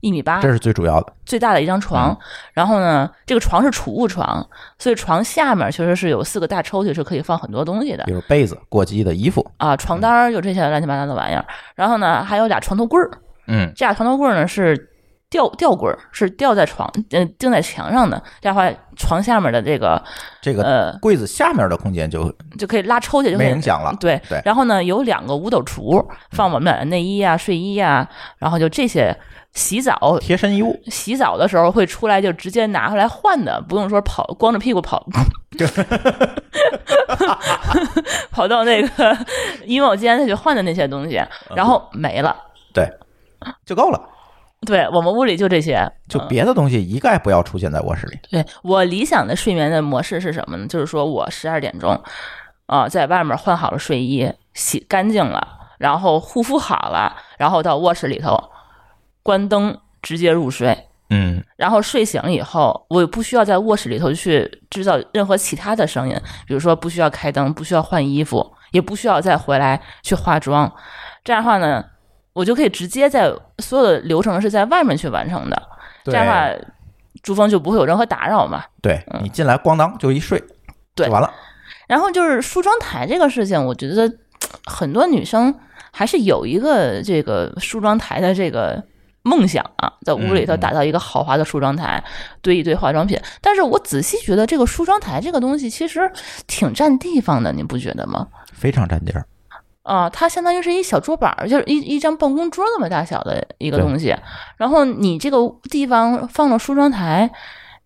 Speaker 2: 一米八
Speaker 1: 这，是嗯最主要的。
Speaker 2: 最大的一张床。然后呢，这个床是储物床，所以床下面其实是有四个大抽屉，是可以放很多东西的
Speaker 1: 比。如被子、过季的衣服，嗯
Speaker 2: 啊，床单儿有这些乱七八糟的玩意儿，然后呢，还有俩床头柜儿，
Speaker 1: 嗯
Speaker 2: 这俩床头柜儿呢是吊吊柜儿，是吊在床嗯、钉在墙上的。这样的话，床下面的这个
Speaker 1: 这个
Speaker 2: 呃
Speaker 1: 柜子下面的空间就
Speaker 2: 就可以拉抽去，就可
Speaker 1: 没
Speaker 2: 以
Speaker 1: 影响了。
Speaker 2: 对
Speaker 1: 对
Speaker 2: 然后呢，有两个五斗橱放我们俩的内衣啊、睡衣啊，然后就这些洗澡。
Speaker 1: 贴身衣物，
Speaker 2: 洗澡的时候会出来，就直接拿回来换的，不用说跑光着屁股跑， 跑到那个衣帽间去换的那些东西，然后没了。
Speaker 1: 就够了，
Speaker 2: 对我们屋里就这些，
Speaker 1: 就
Speaker 2: 嗯
Speaker 1: 别的东西一概不要出现在卧室里。
Speaker 2: 对我理想的睡眠的模式是什么呢？就是说我十二点钟，啊、在外面换好了睡衣，洗干净了，然后护肤好了，然后到卧室里头关灯直接入睡，
Speaker 1: 嗯，
Speaker 2: 然后睡醒以后，我也不需要在卧室里头去制造任何其他的声音，比如说不需要开灯，不需要换衣服，也不需要再回来去化妆。这样的话呢，我就可以直接在所有的流程是在外面去完成的。这
Speaker 1: 对
Speaker 2: 样的话，珠峰就不会有任何打扰嘛。
Speaker 1: 对你进来咣当就一睡，
Speaker 2: 对
Speaker 1: 就完了。
Speaker 2: 然后就是梳妆台这个事情，我觉得嘖很多女生还是有一个这个梳妆台的这个梦想啊，在屋里
Speaker 1: 嗯
Speaker 2: 头
Speaker 1: 嗯
Speaker 2: 打造一个豪华的梳妆台，堆一堆化妆品。但是我仔细觉得，这个梳妆台这个东西其实挺占地方的，你不觉得吗？
Speaker 1: 非常占地儿，
Speaker 2: 啊，它相当于是一小桌板儿，就是一一张办公桌那么大小的一个
Speaker 1: 对
Speaker 2: 东西。然后你这个地方放了梳妆台，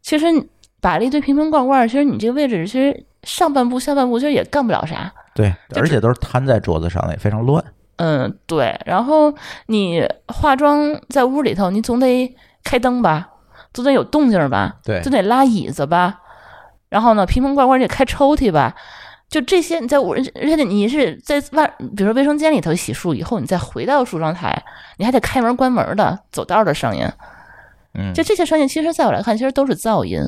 Speaker 2: 其实你摆了一堆瓶瓶罐罐儿，其实你这个位置其实上半部下半部其实也干不了啥。
Speaker 1: 对，
Speaker 2: 就
Speaker 1: 而且都是摊在桌子上的，也非常乱。
Speaker 2: 嗯，对。然后你化妆在屋里头，你总得开灯吧，总得有动静吧，
Speaker 1: 对
Speaker 2: 总得拉椅子吧。然后呢，瓶瓶罐罐你得开抽屉吧，就这些你在屋，而且你是在外，比如说卫生间里头洗漱以后，你再回到梳妆台，你还得开门关门的走道的声音。
Speaker 1: 嗯，
Speaker 2: 就这些声音，其实在我来看，其实都是噪音。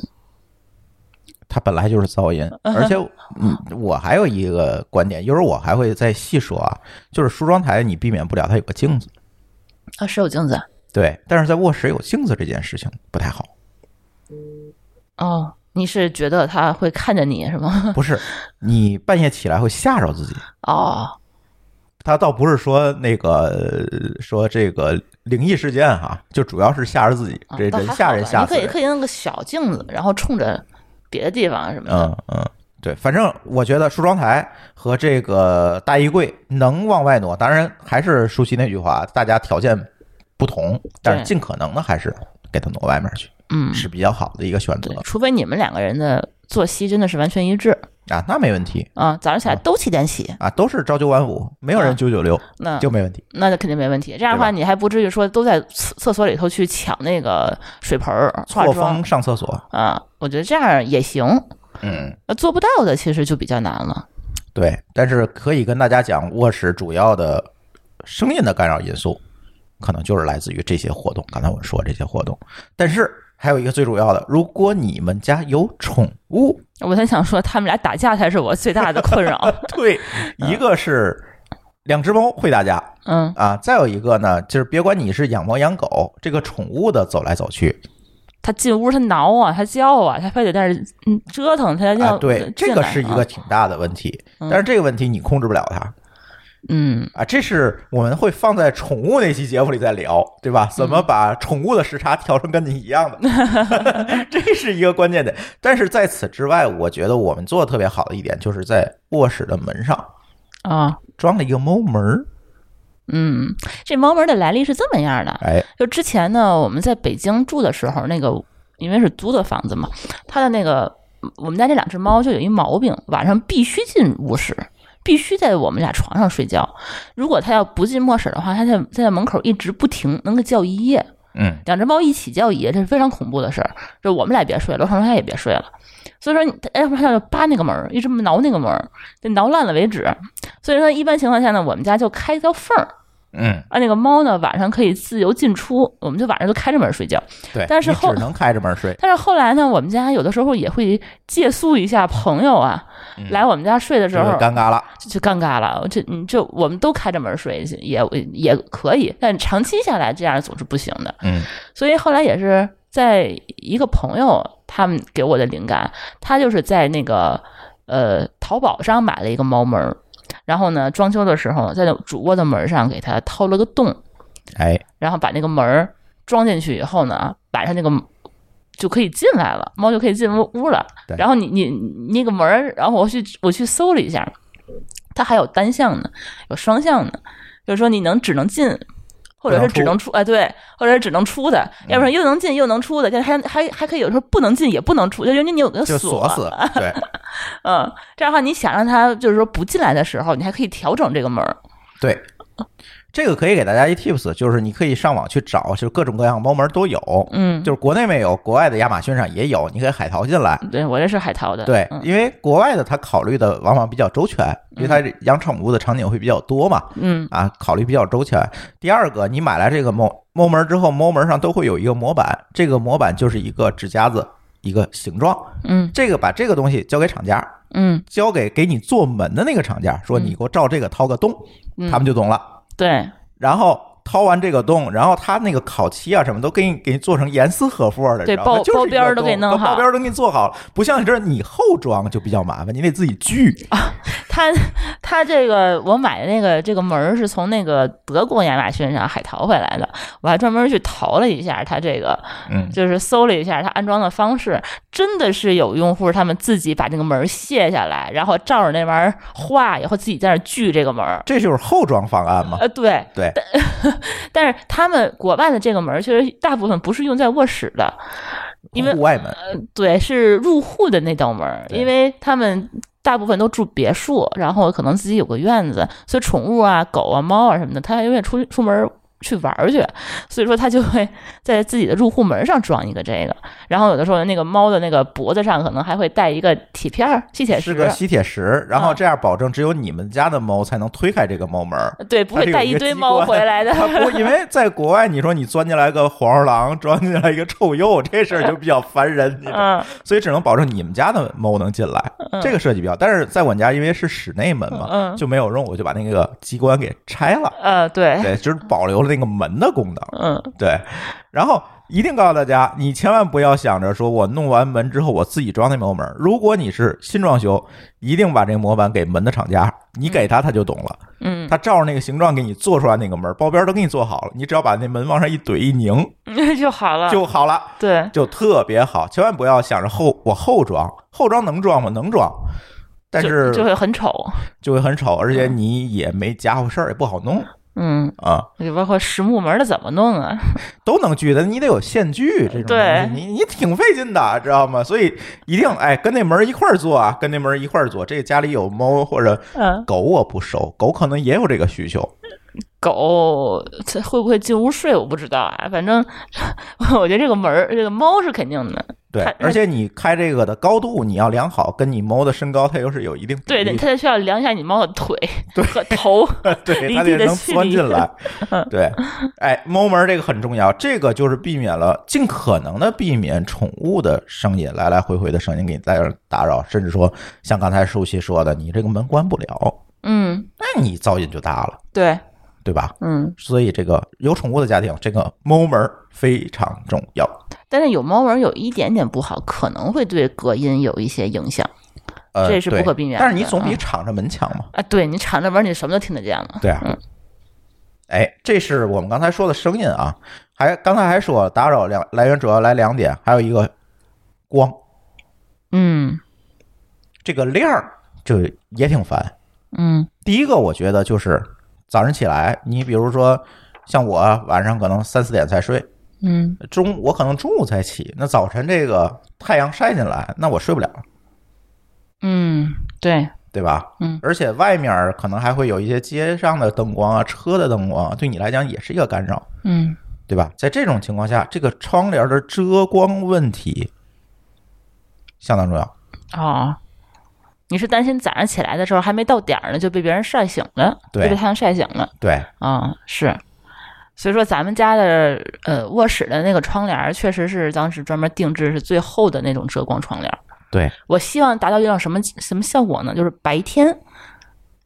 Speaker 1: 它本来就是噪音，而且，嗯，我还有一个观点，一会儿我还会再细说啊，就是梳妆台你避免不了它有个镜子，
Speaker 2: 啊，是有镜子
Speaker 1: 对，但是在卧室有镜子这件事情不太好，
Speaker 2: 哦。你是觉得他会看着你是吗？
Speaker 1: 不是，你半夜起来会吓着自己。
Speaker 2: 哦，
Speaker 1: 他倒不是说那个呃说这个灵异事件哈、就主要是吓着自己，
Speaker 2: 啊
Speaker 1: 这
Speaker 2: 倒
Speaker 1: 人
Speaker 2: 还
Speaker 1: 吓
Speaker 2: 好
Speaker 1: 人
Speaker 2: 吧
Speaker 1: 吓
Speaker 2: 你
Speaker 1: 死
Speaker 2: 可以
Speaker 1: 人。
Speaker 2: 可以弄个小镜子，然后冲着别的地方什么的。
Speaker 1: 嗯嗯，对，反正我觉得梳妆台和这个大衣柜能往外挪，当然还是舒淇那句话，大家条件不同，但是
Speaker 2: 对
Speaker 1: 尽可能的还是给它挪外面去，
Speaker 2: 嗯，
Speaker 1: 是比较好的一个选择
Speaker 2: 对，除非你们两个人的作息真的是完全一致
Speaker 1: 啊，那没问题
Speaker 2: 啊，早上起来都七点起，
Speaker 1: 啊，都是朝九晚五，没有人
Speaker 2: 啊
Speaker 1: 九九六
Speaker 2: 那
Speaker 1: 就没问题。
Speaker 2: 那就肯定没问题。这样的话，
Speaker 1: 对
Speaker 2: 你还不至于说都在厕厕所里头去抢那个水盆儿化
Speaker 1: 错
Speaker 2: 妆
Speaker 1: 峰上厕所，
Speaker 2: 啊。我觉得这样也行，
Speaker 1: 嗯，
Speaker 2: 呃做不到的其实就比较难了。
Speaker 1: 对，但是可以跟大家讲，卧室主要的声音的干扰因素，可能就是来自于这些活动。刚才我说这些活动，但是还有一个最主要的，如果你们家有宠物，
Speaker 2: 我才想说，他们俩打架才是我最大的困扰。
Speaker 1: 对，一个是两只猫会打架
Speaker 2: 嗯，
Speaker 1: 啊，再有一个呢，就是别管你是养猫养狗，这个宠物的走来走去
Speaker 2: 他进屋他挠啊，他叫啊，他非得在这儿嗯折腾，他要、
Speaker 1: 啊，对，这个是一个，挺大的问题。但是这个问题你控制不了它，
Speaker 2: 嗯，
Speaker 1: 啊，这是我们会放在宠物那期节目里再聊，对吧？
Speaker 2: 嗯
Speaker 1: 怎么把宠物的时差调成跟你一样的， 这是一个关键点。但是在此之外，我觉得我们做的特别好的一点，就是在卧室的门上
Speaker 2: 啊，
Speaker 1: 装了一个猫门儿。
Speaker 2: 嗯，这猫门的来历是这么样的，
Speaker 1: 哎，
Speaker 2: 就之前呢，我们在北京住的时候，那个因为是租的房子嘛，它的那个我们家这两只猫就有一毛病，晚上必须进卧室。必须在我们俩床上睡觉。如果它要不进卧室的话，它在它在门口一直不停，能够叫一夜。
Speaker 1: 嗯，
Speaker 2: 两只猫一起叫一夜，这是非常恐怖的事儿。就我们俩别睡，楼上楼下也别睡了。所以说你，哎，要不然它就扒那个门儿，一直挠那个门儿，就挠烂了为止。所以说，一般情况下呢，我们家就开一条缝儿，
Speaker 1: 嗯，
Speaker 2: 啊，那个猫呢晚上可以自由进出，我们就晚上就开着门睡觉。
Speaker 1: 对，
Speaker 2: 但是
Speaker 1: 你
Speaker 2: 后
Speaker 1: 只能开着门 睡。
Speaker 2: 但是后来呢，我们家有的时候也会借宿一下朋友啊，来我们家睡的时
Speaker 1: 这就
Speaker 2: 候
Speaker 1: 尴 尬了，
Speaker 2: 就就尴尬了。这你这我们都开着门睡也也可以，但长期下来这样总是不行的。
Speaker 1: 嗯
Speaker 2: 所以后来也是在一个朋友他们给我的灵感，他就是在那个呃淘宝上买了一个猫门儿，然后呢装修的时候在那主卧的门上给它掏了个洞，
Speaker 1: 哎，
Speaker 2: 然后把那个门儿装进去以后呢，把它那个就可以进来了，猫就可以进屋屋了
Speaker 1: 对。
Speaker 2: 然后你你你那个门儿，然后我去我去搜了一下，它还有单向的，有双向的，就是说你能只能进。或者是只能出，哎，对，或者是只能出的，
Speaker 1: 嗯
Speaker 2: 要不然又能进又能出的，但是还还还可以有时候不能进也不能出，就因为你有个
Speaker 1: 就锁死， 对，
Speaker 2: 嗯，这样的话你想让它就是说不进来的时候，你还可以调整这个门儿，
Speaker 1: 对，这个可以给大家一 tips，就是你可以上网去找，就各种各样猫门都有，
Speaker 2: 嗯，
Speaker 1: 就是国内没有，国外的亚马逊上也有，你可以海淘进来。
Speaker 2: 对我这是海淘的，
Speaker 1: 对，
Speaker 2: 嗯
Speaker 1: 因为国外的它考虑的往往比较周全，因为它养宠物的场景会比较多嘛，
Speaker 2: 嗯
Speaker 1: 啊，考虑比较周全。第二个，你买来这个猫猫门之后，猫门上都会有一个模板，这个模板就是一个指甲子，一个形状。
Speaker 2: 嗯
Speaker 1: 这个把这个东西交给厂家，
Speaker 2: 嗯，
Speaker 1: 交给给你做门的那个厂家，说你给我照这个掏个洞，
Speaker 2: 嗯
Speaker 1: 他们就懂了。
Speaker 2: 对，
Speaker 1: 然后掏完这个洞，然后他那个烤漆啊什么都给你给你做成严丝合缝的，
Speaker 2: 对
Speaker 1: 你知道吗
Speaker 2: 包
Speaker 1: 就是一个
Speaker 2: 包边儿都给
Speaker 1: 洞
Speaker 2: 弄好
Speaker 1: 包边儿都给你做好了。不像你这你后装就比较麻烦，你得自己锯。
Speaker 2: 他他这个我买的那个这个门儿是从那个德国亚马逊上海淘回来的，我还专门去淘了一下他这个，
Speaker 1: 嗯，
Speaker 2: 就是搜了一下它安装的方式，真的是有用户他们自己把那个门儿卸下来，然后照着那玩意儿画以后自己在那儿锯这个门儿，
Speaker 1: 这就是后装方案嘛。
Speaker 2: 呃，对，
Speaker 1: 对，
Speaker 2: 但是他们国外的这个门儿其实大部分不是用在卧室的，因为呃
Speaker 1: 户外门，
Speaker 2: 对，是入户的那道门儿，
Speaker 1: 对
Speaker 2: 因为他们大部分都住别墅，然后可能自己有个院子，所以宠物啊、狗啊、猫啊什么的，它永远出出门儿去玩儿去，所以说它就会 在自己的入户门上装一个这个，然后有的时候那个猫的那个脖子上可能还会带一个铁片儿、吸铁
Speaker 1: 是
Speaker 2: 石，
Speaker 1: 个吸铁石，然后
Speaker 2: 啊
Speaker 1: 这样保证只有你们家的猫才能推开这个猫门儿。
Speaker 2: 对，不
Speaker 1: 它
Speaker 2: 会
Speaker 1: 是有
Speaker 2: 带
Speaker 1: 一
Speaker 2: 一
Speaker 1: 个
Speaker 2: 堆
Speaker 1: 机
Speaker 2: 猫
Speaker 1: 关
Speaker 2: 回来 的。
Speaker 1: 它不，因为在国外，你说你钻进来个黄鼠狼，钻进来一个臭鼬，这事儿就比较烦人，你知道吗
Speaker 2: 嗯，
Speaker 1: 所以只能保证你们家的猫能进来，这个设计比较。但是在我们家，因为是室内门嘛，
Speaker 2: 嗯
Speaker 1: 就没有用，我就把那个机关给拆了，
Speaker 2: 呃，对，
Speaker 1: 对，就是保留了那个门的功能。
Speaker 2: 嗯，
Speaker 1: 对，然后一定告诉大家，你千万不要想着说我弄完门之后我自己装那猫门儿。如果你是新装修，一定把这个模板给门的厂家，你给他他就懂了。
Speaker 2: 嗯，
Speaker 1: 他照着那个形状给你做出来那个门儿，包边儿都给你做好了，你只要把那门往上一怼一拧
Speaker 2: 嗯 就好了，
Speaker 1: 就好了，
Speaker 2: 对，
Speaker 1: 就特别好。千万不要想着后我后装，后装能装吗？能装，但是
Speaker 2: 就就会嗯很丑，
Speaker 1: 就会很丑，而且你也没家伙事儿，也不好弄
Speaker 2: 嗯，
Speaker 1: 啊。
Speaker 2: 就包括实木门儿的怎么弄啊？
Speaker 1: 都能锯的，你得有线锯这种东
Speaker 2: 对
Speaker 1: 西，你你挺费劲的，知道吗？所以一定哎，跟那门儿一块儿做啊，跟那门儿一块儿做。这家里有猫或者
Speaker 2: 嗯，
Speaker 1: 狗，我不收，狗可能也有这个需求。
Speaker 2: 狗它会不会进屋睡我不知道啊，反正 我觉得这个门儿，这个猫是肯定的，
Speaker 1: 对
Speaker 2: 它，
Speaker 1: 而且你开这个的高度你要量好，跟你猫的身高它又是有一定比
Speaker 2: 对，
Speaker 1: 例的，
Speaker 2: 它需要量一下你猫的腿和头，
Speaker 1: 对，
Speaker 2: 离
Speaker 1: 它
Speaker 2: 地
Speaker 1: 得
Speaker 2: 的
Speaker 1: 能
Speaker 2: 距
Speaker 1: 钻
Speaker 2: 离嗯
Speaker 1: 进 来。 对，哎，猫门儿这个很重要，这个就是避免了尽可能的避免宠物的声音来来回回的声音给你在这儿打扰，甚至说像刚才舒淇说的，你这个门关不了，
Speaker 2: 嗯，
Speaker 1: 那你噪音就大了，
Speaker 2: 对，
Speaker 1: 对吧？
Speaker 2: 嗯，
Speaker 1: 所以这个有宠物的家庭，这个猫门儿非常重要。
Speaker 2: 但是有猫门儿有一点点不好，可能会对隔音有一些影响
Speaker 1: 呃，
Speaker 2: 这是不
Speaker 1: 对
Speaker 2: 可避免
Speaker 1: 但是你
Speaker 2: 的
Speaker 1: 总比
Speaker 2: 嗯
Speaker 1: 敞着门强嘛。
Speaker 2: 啊。对你敞着门儿，你什么都听得见了。
Speaker 1: 对啊，
Speaker 2: 嗯
Speaker 1: 哎，这是我们刚才说的声音啊，还刚才还说了打扰两来源主要来两点，还有一个光，
Speaker 2: 嗯
Speaker 1: 这个亮儿就也挺烦。
Speaker 2: 嗯
Speaker 1: 第一个我觉得就是早上起来，你比如说像我晚上可能三四点才睡，
Speaker 2: 嗯，
Speaker 1: 中我可能中午才起，那早晨这个太阳晒进来，那我睡不了。
Speaker 2: 嗯，对，
Speaker 1: 对吧？
Speaker 2: 嗯，
Speaker 1: 而且外面儿可能还会有一些街上的灯光啊、车的灯光啊，对你来讲也是一个干扰，
Speaker 2: 嗯
Speaker 1: 对吧？在这种情况下，这个窗帘的遮光问题相当重要。
Speaker 2: 哦。你是担心早上起来的时候还没到点儿呢，就被别人晒醒了，
Speaker 1: 对
Speaker 2: 就被太阳晒醒了。
Speaker 1: 对，
Speaker 2: 啊、是。所以说，咱们家的呃卧室的那个窗帘儿，确实是当时专门定制是最厚的那种遮光窗帘儿。
Speaker 1: 对，
Speaker 2: 我希望达到一种什么什么效果呢？就是白天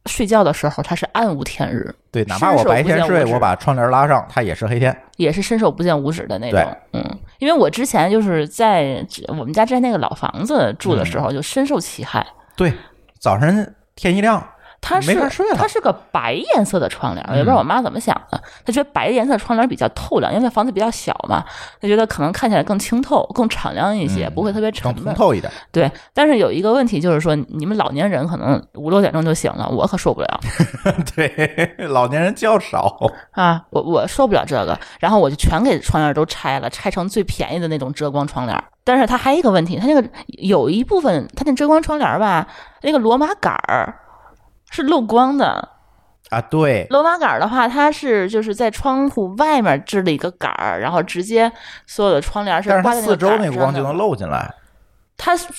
Speaker 2: 睡觉的时候，它是暗无天日，
Speaker 1: 对，哪怕
Speaker 2: 伸
Speaker 1: 我
Speaker 2: 手
Speaker 1: 白
Speaker 2: 不
Speaker 1: 天
Speaker 2: 见
Speaker 1: 睡，
Speaker 2: 五指
Speaker 1: 我把窗帘拉上，它也是黑天。
Speaker 2: 也是伸手不见五指的那种
Speaker 1: 对。
Speaker 2: 嗯，因为我之前就是在我们家之前那个老房子住的时候，就深受其害。
Speaker 1: 对，早晨天一亮，
Speaker 2: 它是
Speaker 1: 没法睡了嗯
Speaker 2: 它是个白颜色的窗帘，我也不知道我妈怎么想的，她觉得白颜色窗帘比较透亮，因为房子比较小嘛，她觉得可能看起来更清透、更敞亮一些，
Speaker 1: 嗯
Speaker 2: 不会特别沉
Speaker 1: 更通
Speaker 2: 闷。
Speaker 1: 透一点。
Speaker 2: 对，但是有一个问题就是说，你们老年人可能五六点钟就醒了，我可受不了
Speaker 1: 对，老年人较少，
Speaker 2: 啊，我我受不了这个，然后我就全给窗帘都拆了，拆成最便宜的那种遮光窗帘。但是它还有一个问题，它那个有一部分它那遮光窗帘吧，那个罗马杆儿是漏光的，
Speaker 1: 啊，对，
Speaker 2: 罗马杆儿的话，它是就是在窗户外面支了一个杆儿，然后直接所有的窗帘
Speaker 1: 但是它
Speaker 2: 挂在
Speaker 1: 四周
Speaker 2: 杆
Speaker 1: 那
Speaker 2: 儿
Speaker 1: 个光就
Speaker 2: 上
Speaker 1: 能
Speaker 2: 的。
Speaker 1: 漏进来。
Speaker 2: 它是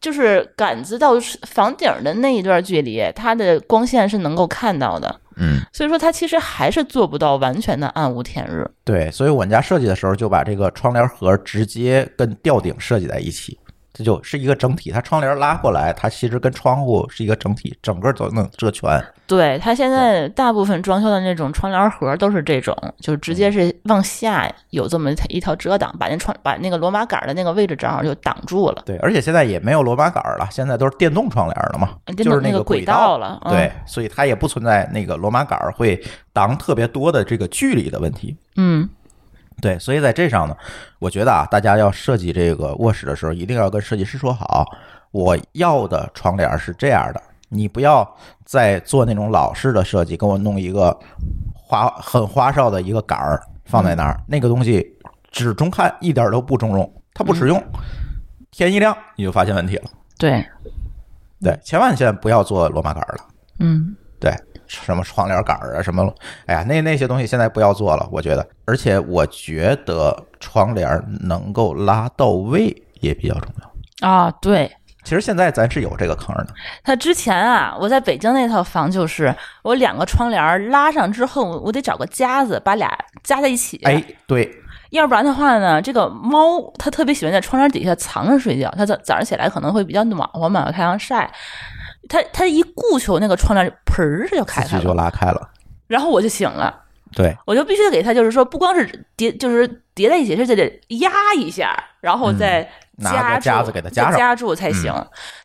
Speaker 2: 就是杆子到房顶儿的那一段距离，它的光线是能够看到的，
Speaker 1: 嗯，
Speaker 2: 所以说它其实还是做不到完全的暗无天日。
Speaker 1: 对，所以我们家设计的时候就把这个窗帘盒直接跟吊顶设计在一起，这就是一个整体。它窗帘拉过来，它其实跟窗户是一个整体，整个都能遮全。
Speaker 2: 对，它现在大部分装修的那种窗帘盒都是这种，就直
Speaker 1: 嗯
Speaker 2: 接是往下有这么一条遮挡，把那窗把那个罗马杆儿的那个位置正好就挡住了，
Speaker 1: 对，而且现在也没有罗马杆儿了，现在都是电动窗帘了嘛，
Speaker 2: 电
Speaker 1: 就是
Speaker 2: 动那
Speaker 1: 个
Speaker 2: 轨
Speaker 1: 道。
Speaker 2: 了。嗯
Speaker 1: 对，所以它也不存在那个罗马杆儿会挡特别多的这个距离的问题。
Speaker 2: 嗯，
Speaker 1: 对，所以在这上呢，我觉得啊，大家要设计这个卧室的时候，一定要跟设计师说好，我要的窗帘是这样的，你不要再做那种老式的设计，给我弄一个花很花哨的一个杆儿放在那儿，那个东西只中看，一点儿都不中用，它不实用。天一亮你就发现问题了，
Speaker 2: 对，
Speaker 1: 对，千万现在不要做罗马杆儿了。
Speaker 2: 嗯
Speaker 1: 对，什么窗帘杆儿啊，什么，哎呀，那那些东西现在不要做了，我觉得。而且我觉得窗帘儿能够拉到位也比较重要。
Speaker 2: 啊，对。
Speaker 1: 其实现在咱是有这个坑儿的，
Speaker 2: 他之前啊，我在北京那套房就是，我两个窗帘拉上之后，我得找个夹子把俩夹在一起，
Speaker 1: 哎，对，
Speaker 2: 要不然的话呢，这个猫它特别喜欢在窗帘底下藏着睡觉，它早早上起来可能会比较暖和嘛，有太阳晒。它它一顾求那个窗帘，盆儿就开
Speaker 1: 自
Speaker 2: 开
Speaker 1: 己就
Speaker 2: 了，
Speaker 1: 拉开了。
Speaker 2: 然后我就醒了，
Speaker 1: 对，
Speaker 2: 我就必须得给它，就是说不光是叠，就是叠在一起，是得得压一下，然后再
Speaker 1: 嗯拿个
Speaker 2: 住
Speaker 1: 夹子给它夹
Speaker 2: 再
Speaker 1: 上嗯
Speaker 2: 夹住才行。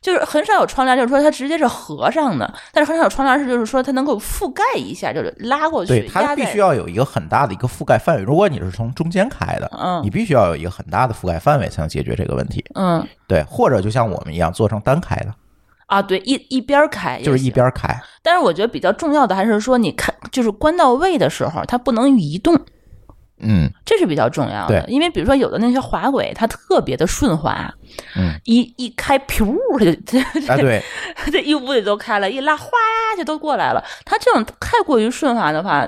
Speaker 2: 就是很少有窗帘，就是说它直接是合上的，但是很少有窗帘是就是说它能够覆盖一下，就是拉过去，
Speaker 1: 对，它
Speaker 2: 压
Speaker 1: 必
Speaker 2: 在
Speaker 1: 须要有一个很大的一个覆盖范围。如果你是从中间开的，
Speaker 2: 嗯
Speaker 1: 你必须要有一个很大的覆盖范围才能解决这个问题。
Speaker 2: 嗯
Speaker 1: 对，或者就像我们一样做成单开的，
Speaker 2: 啊，对一一边儿开也
Speaker 1: 就是一
Speaker 2: 行
Speaker 1: 边儿 开。
Speaker 2: 但是我觉得比较重要的还是说，你看，就是关到位的时候，它不能移动，
Speaker 1: 嗯，
Speaker 2: 这是比较重要的。
Speaker 1: 对
Speaker 2: 因为比如说有的那些滑轨，它特别的顺滑，
Speaker 1: 嗯，
Speaker 2: 一一开，噗，它就
Speaker 1: 啊， 对，
Speaker 2: 它这一屋里都开了，一拉，哗就都过来了。它这种太过于顺滑的话，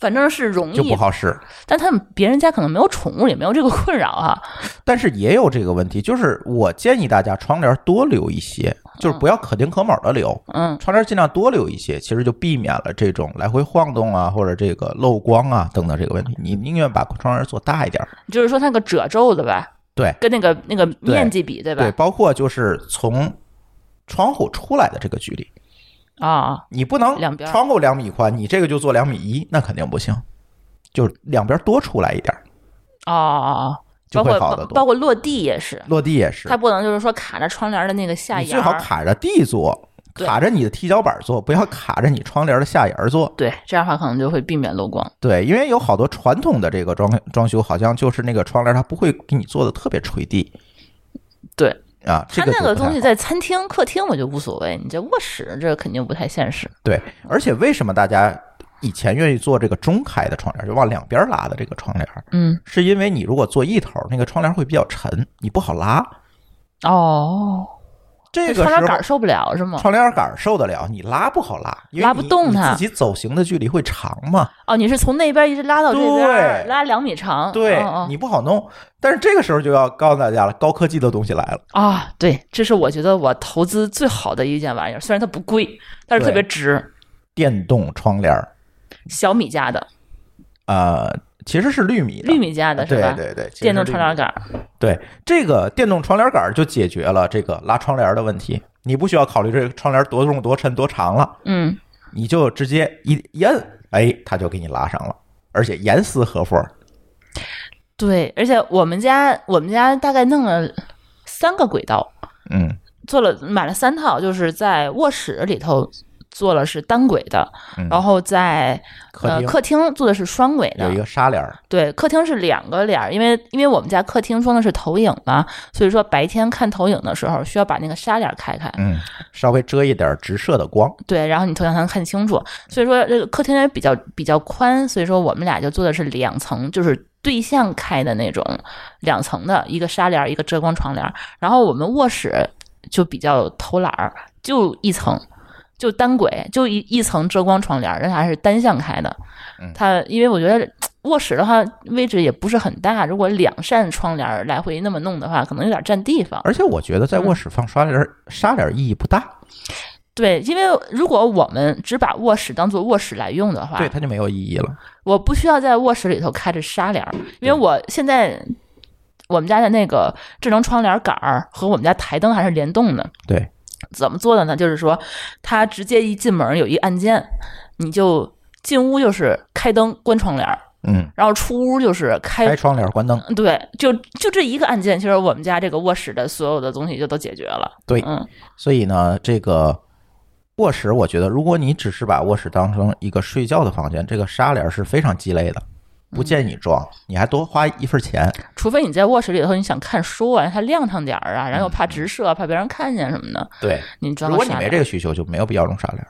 Speaker 2: 反正是容
Speaker 1: 就不
Speaker 2: 易，
Speaker 1: 好使。
Speaker 2: 但他们别人家可能没有宠物，也没有这个困扰啊。
Speaker 1: 但是也有这个问题，就是我建议大家窗帘多留一些，就是不要可丁可卯的留，
Speaker 2: 嗯
Speaker 1: 窗帘尽量多留一些，其实就避免了这种来回晃动啊，或者这个漏光啊等等这个问题。你宁愿把窗帘做大一点儿，
Speaker 2: 就是说那个褶皱的吧，
Speaker 1: 对
Speaker 2: 跟那个那个面积比，对吧？
Speaker 1: 对，包括就是从窗户出来的这个距离，
Speaker 2: 啊、
Speaker 1: 你不能
Speaker 2: 两边儿
Speaker 1: 窗户两米宽，你这个就做两米一，那肯定不行，就是两边多出来一点儿
Speaker 2: 哦哦哦，
Speaker 1: 就
Speaker 2: 包
Speaker 1: 会
Speaker 2: 括
Speaker 1: 好得
Speaker 2: 包
Speaker 1: 多。
Speaker 2: 包括落地也是，
Speaker 1: 落地也是
Speaker 2: 它，不能就是说卡着窗帘的那个下
Speaker 1: 你
Speaker 2: 沿
Speaker 1: 最
Speaker 2: 儿，
Speaker 1: 好卡着地做，
Speaker 2: 对
Speaker 1: 卡着你的踢脚板做，不要卡着你窗帘的下沿儿做。
Speaker 2: 对，这样的话可能就会避免漏光。
Speaker 1: 对，因为有好多传统的这个装装修，好像就是那个窗帘，它不会给你做的特别垂地
Speaker 2: 对，
Speaker 1: 啊。这
Speaker 2: 它那
Speaker 1: 个
Speaker 2: 个
Speaker 1: 就不
Speaker 2: 东
Speaker 1: 太
Speaker 2: 西
Speaker 1: 好
Speaker 2: 在餐厅、客厅我就无所谓，你这卧室这肯定不太现实。
Speaker 1: 对，而且为什么大家以前愿意做这个中开的窗帘，就往两边拉的这个窗帘，
Speaker 2: 嗯，
Speaker 1: 是因为你如果做一头，那个窗帘会比较沉，你不好拉。
Speaker 2: 哦，
Speaker 1: 这个
Speaker 2: 窗帘
Speaker 1: 时
Speaker 2: 杆
Speaker 1: 候
Speaker 2: 儿受不了是吗？
Speaker 1: 窗帘杆儿受得了，你拉不好拉，因为
Speaker 2: 拉不
Speaker 1: 你
Speaker 2: 动
Speaker 1: 你
Speaker 2: 它
Speaker 1: 自己走行的距离会长嘛。
Speaker 2: 哦，你是从那边一直拉到这边儿，
Speaker 1: 对
Speaker 2: 拉两米长。
Speaker 1: 对
Speaker 2: 哦
Speaker 1: 你不好弄，但是这个时候就要告诉大家了，高科技的东西来了。
Speaker 2: 哦啊，对，这是我觉得我投资最好的一件玩意儿，虽然它不贵，但是特别值。
Speaker 1: 电动窗帘儿，
Speaker 2: 小米家的，
Speaker 1: 呃，其实是绿米的，
Speaker 2: 绿米家的是吧？
Speaker 1: 啊对对对，其实
Speaker 2: 电动
Speaker 1: 是
Speaker 2: 窗
Speaker 1: 绿米
Speaker 2: 帘杆儿，
Speaker 1: 对这个电动窗帘杆儿就解决了这个拉窗帘的问题，你不需要考虑这个窗帘多重、多沉、多长了，
Speaker 2: 嗯，
Speaker 1: 你就直接一一摁，哎，它就给你拉上了，而且严丝合缝。
Speaker 2: 对，而且我们家我们家大概弄了三个轨道，
Speaker 1: 嗯，
Speaker 2: 做了买了三套，就是在卧室里头做了是单轨的，
Speaker 1: 嗯
Speaker 2: 然后在
Speaker 1: 客
Speaker 2: 呃
Speaker 1: 厅
Speaker 2: 客厅做的是双轨的
Speaker 1: 有一，个纱帘儿，
Speaker 2: 对，客厅是两个帘儿，因为因为我们家客厅装的是投影嘛，所以说白天看投影的时候需要把那个纱帘开开，
Speaker 1: 嗯，稍微遮一点直射的光，
Speaker 2: 对，然后你头像才能看清楚。所以说这个客厅也比较比较宽，所以说我们俩就做的是两层，就是对向开的那种两层的一个纱帘儿，一个遮光窗帘儿。然后我们卧室就比较偷懒儿，就一层。就单轨，就一一层遮光窗帘儿，而且还是单向开的
Speaker 1: 嗯。
Speaker 2: 它因为我觉得卧室的话位置也不是很大，如果两扇窗帘儿来回那么弄的话，可能有点占地方。
Speaker 1: 而且我觉
Speaker 2: 嗯
Speaker 1: 得在卧室放纱帘儿，纱帘儿意义不大，
Speaker 2: 对，因为如果我们只把卧室当做卧室来用的话，
Speaker 1: 对，它就没有意义了。
Speaker 2: 我不需要在卧室里头开着纱帘儿，因为我现在我们家的那个智能窗帘杆儿和我们家台灯还是联动的。
Speaker 1: 对，
Speaker 2: 怎么做的呢？就是说，它直接一进门有一按键，你就进屋就是开灯关窗帘儿，
Speaker 1: 嗯，
Speaker 2: 然后出屋就是开。
Speaker 1: 开窗帘儿关灯，
Speaker 2: 对，就就这一个按键，其实我们家这个卧室的所有的东西就都解决了。
Speaker 1: 对
Speaker 2: 嗯，
Speaker 1: 所以呢，这个卧室，我觉得如果你只是把卧室当成一个睡觉的房间，这个纱帘是非常鸡肋的，不建
Speaker 2: 嗯
Speaker 1: 议装，你还多花一份钱。
Speaker 2: 除非你在卧室里头，你想看书啊，让它亮堂点儿啊，然后又怕直射，怕别人看见什么的，
Speaker 1: 对，
Speaker 2: 你装
Speaker 1: 嗯如果
Speaker 2: 个
Speaker 1: 你
Speaker 2: 纱
Speaker 1: 没
Speaker 2: 帘
Speaker 1: 这个需求，就没有必要用纱帘。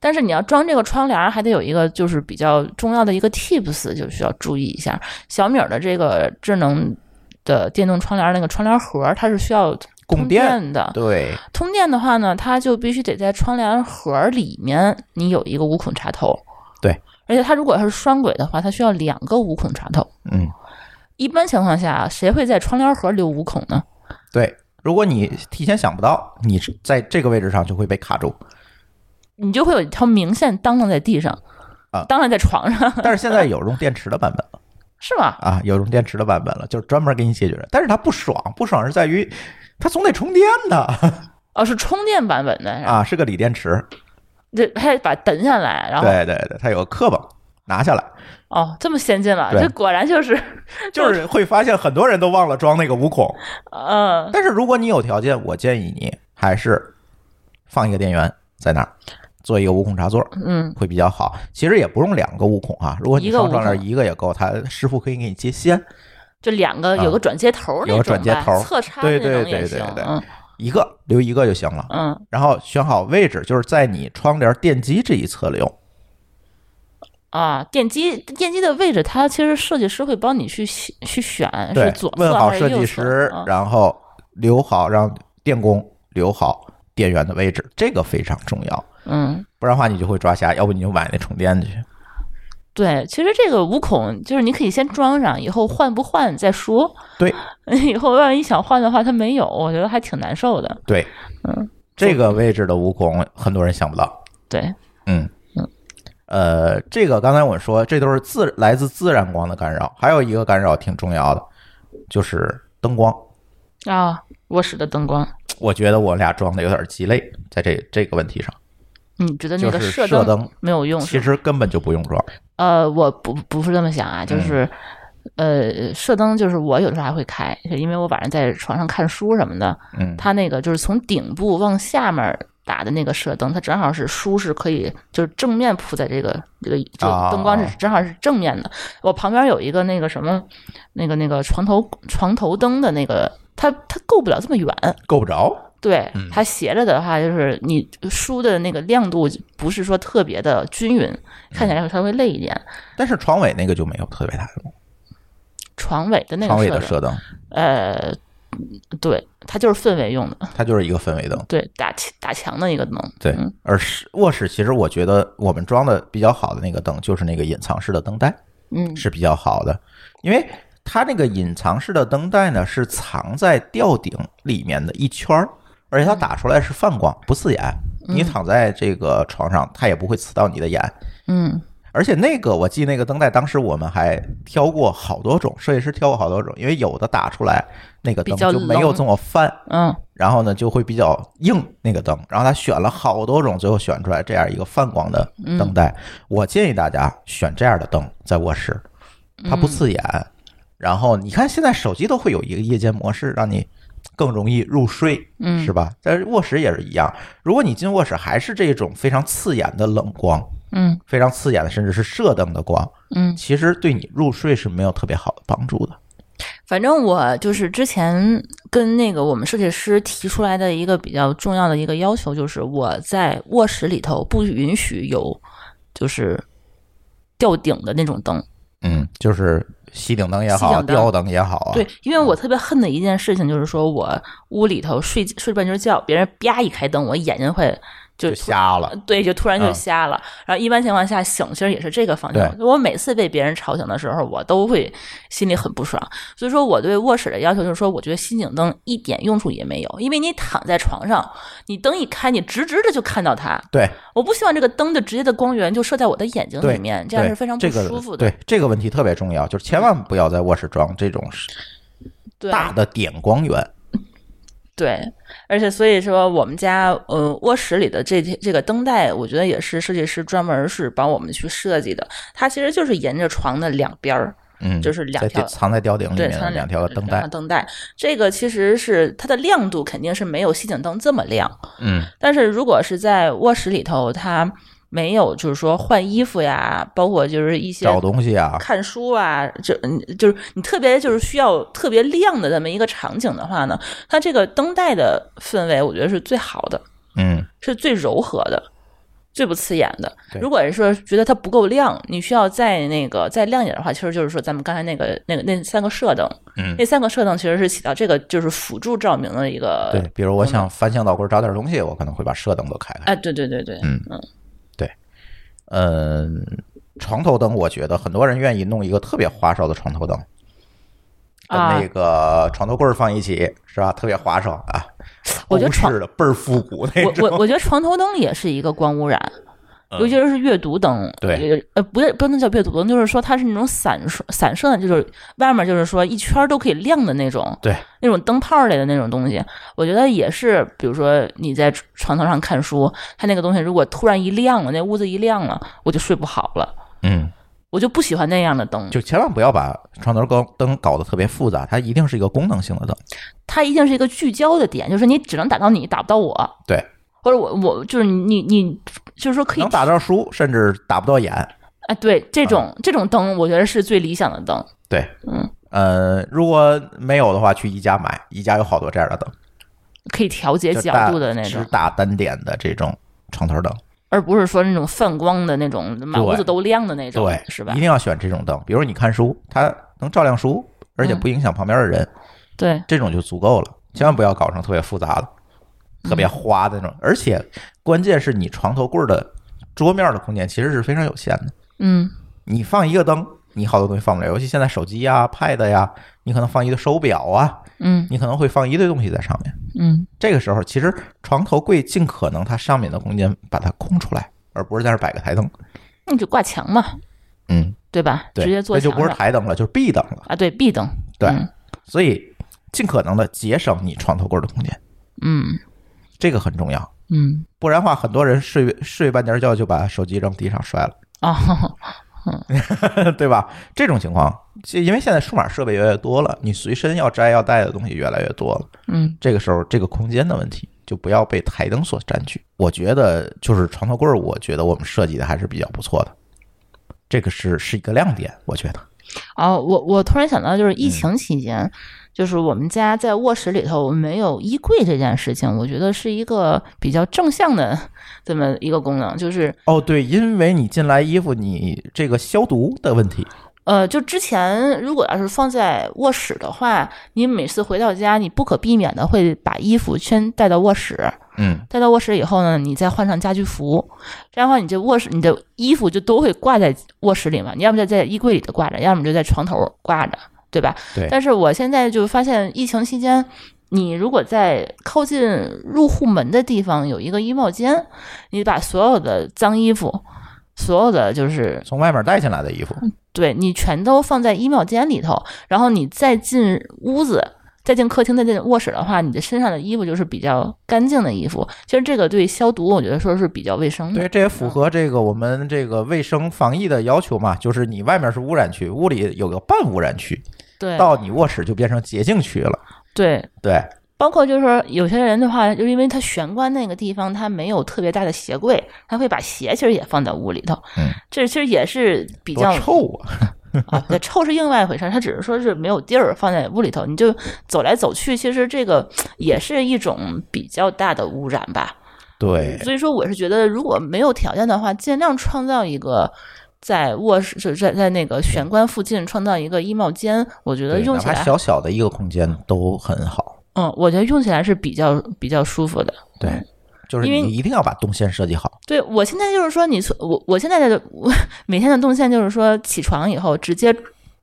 Speaker 2: 但是你要装这个窗帘儿，还得有一个就是比较重要的一个 tips，就需要注意一下。小米儿的这个智能的电动窗帘儿那个窗帘盒儿，它是需要
Speaker 1: 供
Speaker 2: 通
Speaker 1: 电
Speaker 2: 电的。
Speaker 1: 对，
Speaker 2: 通电的话呢，它就必须得在窗帘盒儿里面你有一个无孔插头。
Speaker 1: 对，
Speaker 2: 而且它如果是双轨的话，它需要两个无孔插头。
Speaker 1: 嗯，
Speaker 2: 一般情况下，谁会在窗帘盒儿留无孔呢？
Speaker 1: 对。如果你提前想不到，你是在这个位置上就会被卡 住。
Speaker 2: 你就会有一条明线当啷在地上，
Speaker 1: 啊
Speaker 2: 当啷在床上，
Speaker 1: 但是现在有用电池的版本了
Speaker 2: 是吗？
Speaker 1: 啊，有用电池的版本了，就是专门给你解决的。但是它不爽，不爽是在于它总得充电呢
Speaker 2: 哦，是充电版本的，
Speaker 1: 啊，是个锂电池。
Speaker 2: 这还把蹬下来，然后
Speaker 1: 对对对，它有个课本拿 下来，
Speaker 2: 哦，这么先进了，
Speaker 1: 对
Speaker 2: 这果然就是，
Speaker 1: 就是会发现很多人都忘了装那个五孔。
Speaker 2: 嗯，
Speaker 1: 但是如果你有条件，我建议你还是放一个电源在那儿，做一个无孔插座，
Speaker 2: 嗯，
Speaker 1: 会比较好。其实也不用两个无孔啊，如果你
Speaker 2: 一个
Speaker 1: 双窗
Speaker 2: 无孔
Speaker 1: 帘一个也够，它师傅可以给你接线，
Speaker 2: 就两个
Speaker 1: 啊
Speaker 2: 有个转接头那
Speaker 1: 有
Speaker 2: 种吧，
Speaker 1: 个转接头
Speaker 2: 侧插
Speaker 1: 对
Speaker 2: 那
Speaker 1: 对
Speaker 2: 种也
Speaker 1: 对对
Speaker 2: 行，
Speaker 1: 对
Speaker 2: 嗯
Speaker 1: 一个留一个就行了。
Speaker 2: 嗯，
Speaker 1: 然后选好位置，就是在你窗帘电机这一侧留。
Speaker 2: 啊，电机电机的位置，它其实设计师会帮你去选去选，
Speaker 1: 对
Speaker 2: 是左，
Speaker 1: 问
Speaker 2: 侧
Speaker 1: 好
Speaker 2: 还
Speaker 1: 设
Speaker 2: 是
Speaker 1: 计
Speaker 2: 右侧？
Speaker 1: 师，
Speaker 2: 嗯
Speaker 1: 然后留好让电工留好电源的位置，这个非常重要。
Speaker 2: 嗯，
Speaker 1: 不然的话你就会抓瞎，要不你就买那充电去。
Speaker 2: 对，其实这个无孔就是你可以先装上，以后换不换再说。
Speaker 1: 对，
Speaker 2: 以后万一想换的话，它没有，我觉得还挺难受的。
Speaker 1: 对，
Speaker 2: 嗯，
Speaker 1: 这个位置的五孔很多人想不到。
Speaker 2: 对，
Speaker 1: 嗯
Speaker 2: 嗯，
Speaker 1: 呃，这个刚才我说，这都是自来自自然光的干扰，还有一个干扰挺重要的，就是灯光。
Speaker 2: 啊，卧室的灯光，
Speaker 1: 我觉得我俩装的有点鸡肋，在这这个问题上，
Speaker 2: 你觉得那
Speaker 1: 就
Speaker 2: 个
Speaker 1: 是
Speaker 2: 射
Speaker 1: 射灯
Speaker 2: 没有用？
Speaker 1: 其实根本就不用装。
Speaker 2: 呃，我不不是这么想啊，就是、呃，射灯就是我有时候还会开，因为我晚上在床上看书什么的，
Speaker 1: 嗯，
Speaker 2: 它那个就是从顶部往下面打的那个射灯，它正好是书是可以就是正面铺在这个这个这
Speaker 1: 啊
Speaker 2: 个灯光是正好是正面的。我旁边有一个那个什么那个那个床头床头灯的那个，它它够不了这么远，
Speaker 1: 够不着。
Speaker 2: 对，它斜着的话，就是你书的那个亮度不是说特别的均匀，看起来会稍微累一点。
Speaker 1: 但是床尾那个就没有特别大用，
Speaker 2: 床尾的那
Speaker 1: 床
Speaker 2: 个
Speaker 1: 尾
Speaker 2: 设
Speaker 1: 的
Speaker 2: 置，
Speaker 1: 射灯，
Speaker 2: 呃，对，它就是氛围用的，
Speaker 1: 它就是一个氛围灯。
Speaker 2: 对，打墙打墙的一个灯，
Speaker 1: 对
Speaker 2: 嗯，
Speaker 1: 而是卧室，其实我觉得我们装的比较好的那个灯，就是那个隐藏式的灯带。
Speaker 2: 嗯
Speaker 1: 是比较好的，因为它那个隐藏式的灯带呢是藏在吊顶里面的一圈儿，而且它打出来是泛光，不刺眼。你躺在这个床上，它也不会刺到你的眼。
Speaker 2: 嗯
Speaker 1: 而且那个，我记那个灯带，当时我们还挑过好多种，设计师挑过好多种，因为有的打出来那个灯
Speaker 2: 比较
Speaker 1: 就没有
Speaker 2: 冷
Speaker 1: 这么泛，
Speaker 2: 嗯
Speaker 1: 然后呢就会比较硬那个灯，然后他选了好多种，最后选出来这样一个泛光的
Speaker 2: 嗯
Speaker 1: 灯带。我建议大家选这样的灯在卧室，
Speaker 2: 嗯
Speaker 1: 它不刺眼。然后你看现在手机都会有一个夜间模式，让你更容易入睡，
Speaker 2: 嗯
Speaker 1: 是吧？但是卧室也是一样，如果你进卧室还是这种非常刺眼的冷光，
Speaker 2: 嗯
Speaker 1: 非常刺眼的甚至是射灯的光，
Speaker 2: 嗯，
Speaker 1: 其实对你入睡是没有特别好的帮助的。
Speaker 2: 反正我就是之前跟那个我们设计师提出来的一个比较重要的一个要求，就是我在卧室里头不允许有就是吊顶的那种灯。
Speaker 1: 嗯，就是吸顶灯也好
Speaker 2: 吸
Speaker 1: 啊，
Speaker 2: 顶灯
Speaker 1: 吊灯也好啊，
Speaker 2: 对，因为我特别恨的一件事情就是说我屋里头睡睡半截觉，别人啪一开灯，我眼睛会就
Speaker 1: 就瞎了。
Speaker 2: 对，就突然就
Speaker 1: 嗯
Speaker 2: 瞎了。然后一般情况下醒，其实也是这个方向。我每次被别人吵醒的时候，我都会心里很不爽。所以说，我对卧室的要求就是说，我觉得吸顶灯一点用处也没有，因为你躺在床上，你灯一开，你直直的就看到它。
Speaker 1: 对
Speaker 2: 我不希望这个灯就直接的光源就射在我的眼睛
Speaker 1: 对，
Speaker 2: 里面，这样
Speaker 1: 对
Speaker 2: 是非常不
Speaker 1: 这个
Speaker 2: 舒服的。
Speaker 1: 对这个问题特别重要，就是千万不要在卧室装这种
Speaker 2: 对
Speaker 1: 大的点光源。
Speaker 2: 对，而且所以说我们家呃卧室里的这这个灯带，我觉得也是设计师专门是帮我们去设计的。它其实就是沿着床的两边儿，
Speaker 1: 嗯，
Speaker 2: 就是两
Speaker 1: 在
Speaker 2: 条
Speaker 1: 藏在吊顶里
Speaker 2: 对，
Speaker 1: 面的
Speaker 2: 它
Speaker 1: 两条灯
Speaker 2: 两
Speaker 1: 带
Speaker 2: 条。灯带，这个其实是它的亮度肯定是没有吸顶灯这么亮，
Speaker 1: 嗯，
Speaker 2: 但是如果是在卧室里头，它没有就是说换衣服呀，包括就是一些
Speaker 1: 找东西啊，
Speaker 2: 看书啊，这嗯就是你特别就是需要特别亮的这么一个场景的话呢，它这个灯带的氛围我觉得是最好的，
Speaker 1: 嗯，
Speaker 2: 是最柔和的。最不刺眼的。
Speaker 1: 对
Speaker 2: 如果是说觉得它不够亮，你需要再那个再亮一点的话，其实就是说咱们刚才那个那个那三个射灯，
Speaker 1: 嗯
Speaker 2: 那三个射灯其实是起到这个就是辅助照明的一个
Speaker 1: 对，比如我想翻箱倒柜找点东西，我可能会把射灯都开开。
Speaker 2: 哎，对对对对，
Speaker 1: 嗯嗯，床头灯，我觉得很多人愿意弄一个特别花哨的床头灯，跟
Speaker 2: 啊
Speaker 1: 那个床头柜儿放一起，是吧？特别花哨啊，
Speaker 2: 我觉得
Speaker 1: 欧
Speaker 2: 床
Speaker 1: 式的倍儿复古那
Speaker 2: 我
Speaker 1: 种。
Speaker 2: 我我觉得床头灯也是一个光污染，
Speaker 1: 嗯
Speaker 2: 尤其是阅读灯。
Speaker 1: 对，
Speaker 2: 呃，不是不能叫阅读灯，就是说它是那种散射散射的，就是外面就是说一圈都可以亮的那种，
Speaker 1: 对，
Speaker 2: 那种灯泡类的那种东西。我觉得也是，比如说你在床头上看书，它那个东西如果突然一亮了，那屋子一亮了，我就睡不好了，
Speaker 1: 嗯，
Speaker 2: 我就不喜欢那样的灯。
Speaker 1: 就千万不要把床头灯灯搞得特别复杂，它一定是一个功能性的灯。
Speaker 2: 它一定是一个聚焦的点，就是你只能打到你，打不到我。
Speaker 1: 对，
Speaker 2: 或者我我就是你你就是说可以
Speaker 1: 能打到书，甚至打不到眼。
Speaker 2: 啊，对，这种、这种灯，我觉得是最理想的灯。
Speaker 1: 对，
Speaker 2: 嗯，
Speaker 1: 呃，如果没有的话，去宜家买，宜家有好多这样的灯，
Speaker 2: 可以调节
Speaker 1: 就
Speaker 2: 角
Speaker 1: 大
Speaker 2: 度的那
Speaker 1: 只
Speaker 2: 种，
Speaker 1: 大单点的这种床头灯。
Speaker 2: 而不是说那种泛光的那种，满屋子都亮的那种，
Speaker 1: 对，
Speaker 2: 是吧
Speaker 1: 一？定要选这种灯，比如你看书，它能照亮书，而且
Speaker 2: 嗯
Speaker 1: 不影响旁边的人，
Speaker 2: 对，
Speaker 1: 这种就足够了。千万不要搞成特别复杂的、特
Speaker 2: 嗯
Speaker 1: 别花的那种。而且，关键是你床头柜儿的桌面的空间其实是非常有限的。
Speaker 2: 嗯，
Speaker 1: 你放一个灯，你好多东西放不了，尤其现在手机呀、Pad 呀，你可能放一个手表啊，
Speaker 2: 嗯，
Speaker 1: 你可能会放一堆东西在上面。
Speaker 2: 嗯，
Speaker 1: 这个时候，其实床头柜尽可能它上面的空间把它空出来，而不是在那儿摆个台灯。
Speaker 2: 那就挂墙嘛，
Speaker 1: 嗯，
Speaker 2: 对吧？
Speaker 1: 对，
Speaker 2: 直接做
Speaker 1: 那就
Speaker 2: 墙
Speaker 1: 不是
Speaker 2: 上
Speaker 1: 台灯了，就是壁灯了。
Speaker 2: 啊，对，壁灯，
Speaker 1: 对，
Speaker 2: 嗯
Speaker 1: 所以尽可能的节省你床头柜的空间，
Speaker 2: 嗯
Speaker 1: 这个很重要。
Speaker 2: 嗯，
Speaker 1: 不然的话，很多人睡睡半截觉就把手机扔地上摔了，
Speaker 2: 哦，
Speaker 1: 对吧？这种情况，就因为现在数码设备越来越多了，你随身要摘要带的东西越来越多了。
Speaker 2: 嗯
Speaker 1: 这个时候这个空间的问题就不要被台灯所占据。我觉得就是床头柜儿，我觉得我们设计的还是比较不错的，这个是是一个亮点，我觉得。
Speaker 2: 哦，我我突然想到，就是
Speaker 1: 嗯
Speaker 2: 疫情期间，就是我们家在卧室里头没有衣柜这件事情，我觉得是一个比较正向的 这么一个功能，就是
Speaker 1: 哦，对，因为你进来衣服，你这个消毒的问题，
Speaker 2: 呃，就之前如果要是放在卧室的话，你每次回到家，你不可避免的会把衣服先带到卧室，
Speaker 1: 嗯，
Speaker 2: 带到卧室以后呢，你再换上家居服，这样的话，你这卧室你的衣服就都会挂在卧室里嘛，你要么就在衣柜里头挂着，要么就在床头挂着，对吧？
Speaker 1: 对
Speaker 2: 但是我现在就发现，疫情期间，你如果在靠近入户门的地方有一个衣帽间，你把所有的脏衣服，所有的就是
Speaker 1: 从外面带进来的衣服，
Speaker 2: 对你全都放在衣帽间里头，然后你再进屋子。再进客厅，再进卧室的话，你的身上的衣服就是比较干净的衣服。其实这个对消毒，我觉得说是比较卫生的。
Speaker 1: 对，这也符合这个我们这个卫生防疫的要求嘛，就是你外面是污染区，屋里有个半污染区，
Speaker 2: 对
Speaker 1: 到你卧室就变成洁净区了。
Speaker 2: 对，
Speaker 1: 对，
Speaker 2: 包括就是说有些人的话，就是因为他玄关那个地方他没有特别大的鞋柜，他会把鞋其实也放到屋里头。
Speaker 1: 嗯，
Speaker 2: 这其实也是比
Speaker 1: 多
Speaker 2: 较
Speaker 1: 臭啊！
Speaker 2: 啊，对，臭是另外一回事儿，他只是说是没有地儿放在屋里头，你就走来走去，其实这个也是一种比较大的污染吧。
Speaker 1: 对，
Speaker 2: 所以说，我是觉得如果没有条件的话，尽量创造一个在卧室，就在在那个玄关附近创造一个衣帽间，我觉得
Speaker 1: 对
Speaker 2: 用
Speaker 1: 哪
Speaker 2: 起
Speaker 1: 怕
Speaker 2: 来，
Speaker 1: 小小的一个空间都很好。
Speaker 2: 嗯，我觉得用起来是比较比较舒服的。
Speaker 1: 对，就是
Speaker 2: 因为
Speaker 1: 你一定要把动线设计好。
Speaker 2: 对我现在就是说你，从我我现在的我每天的动线就是说，起床以后直接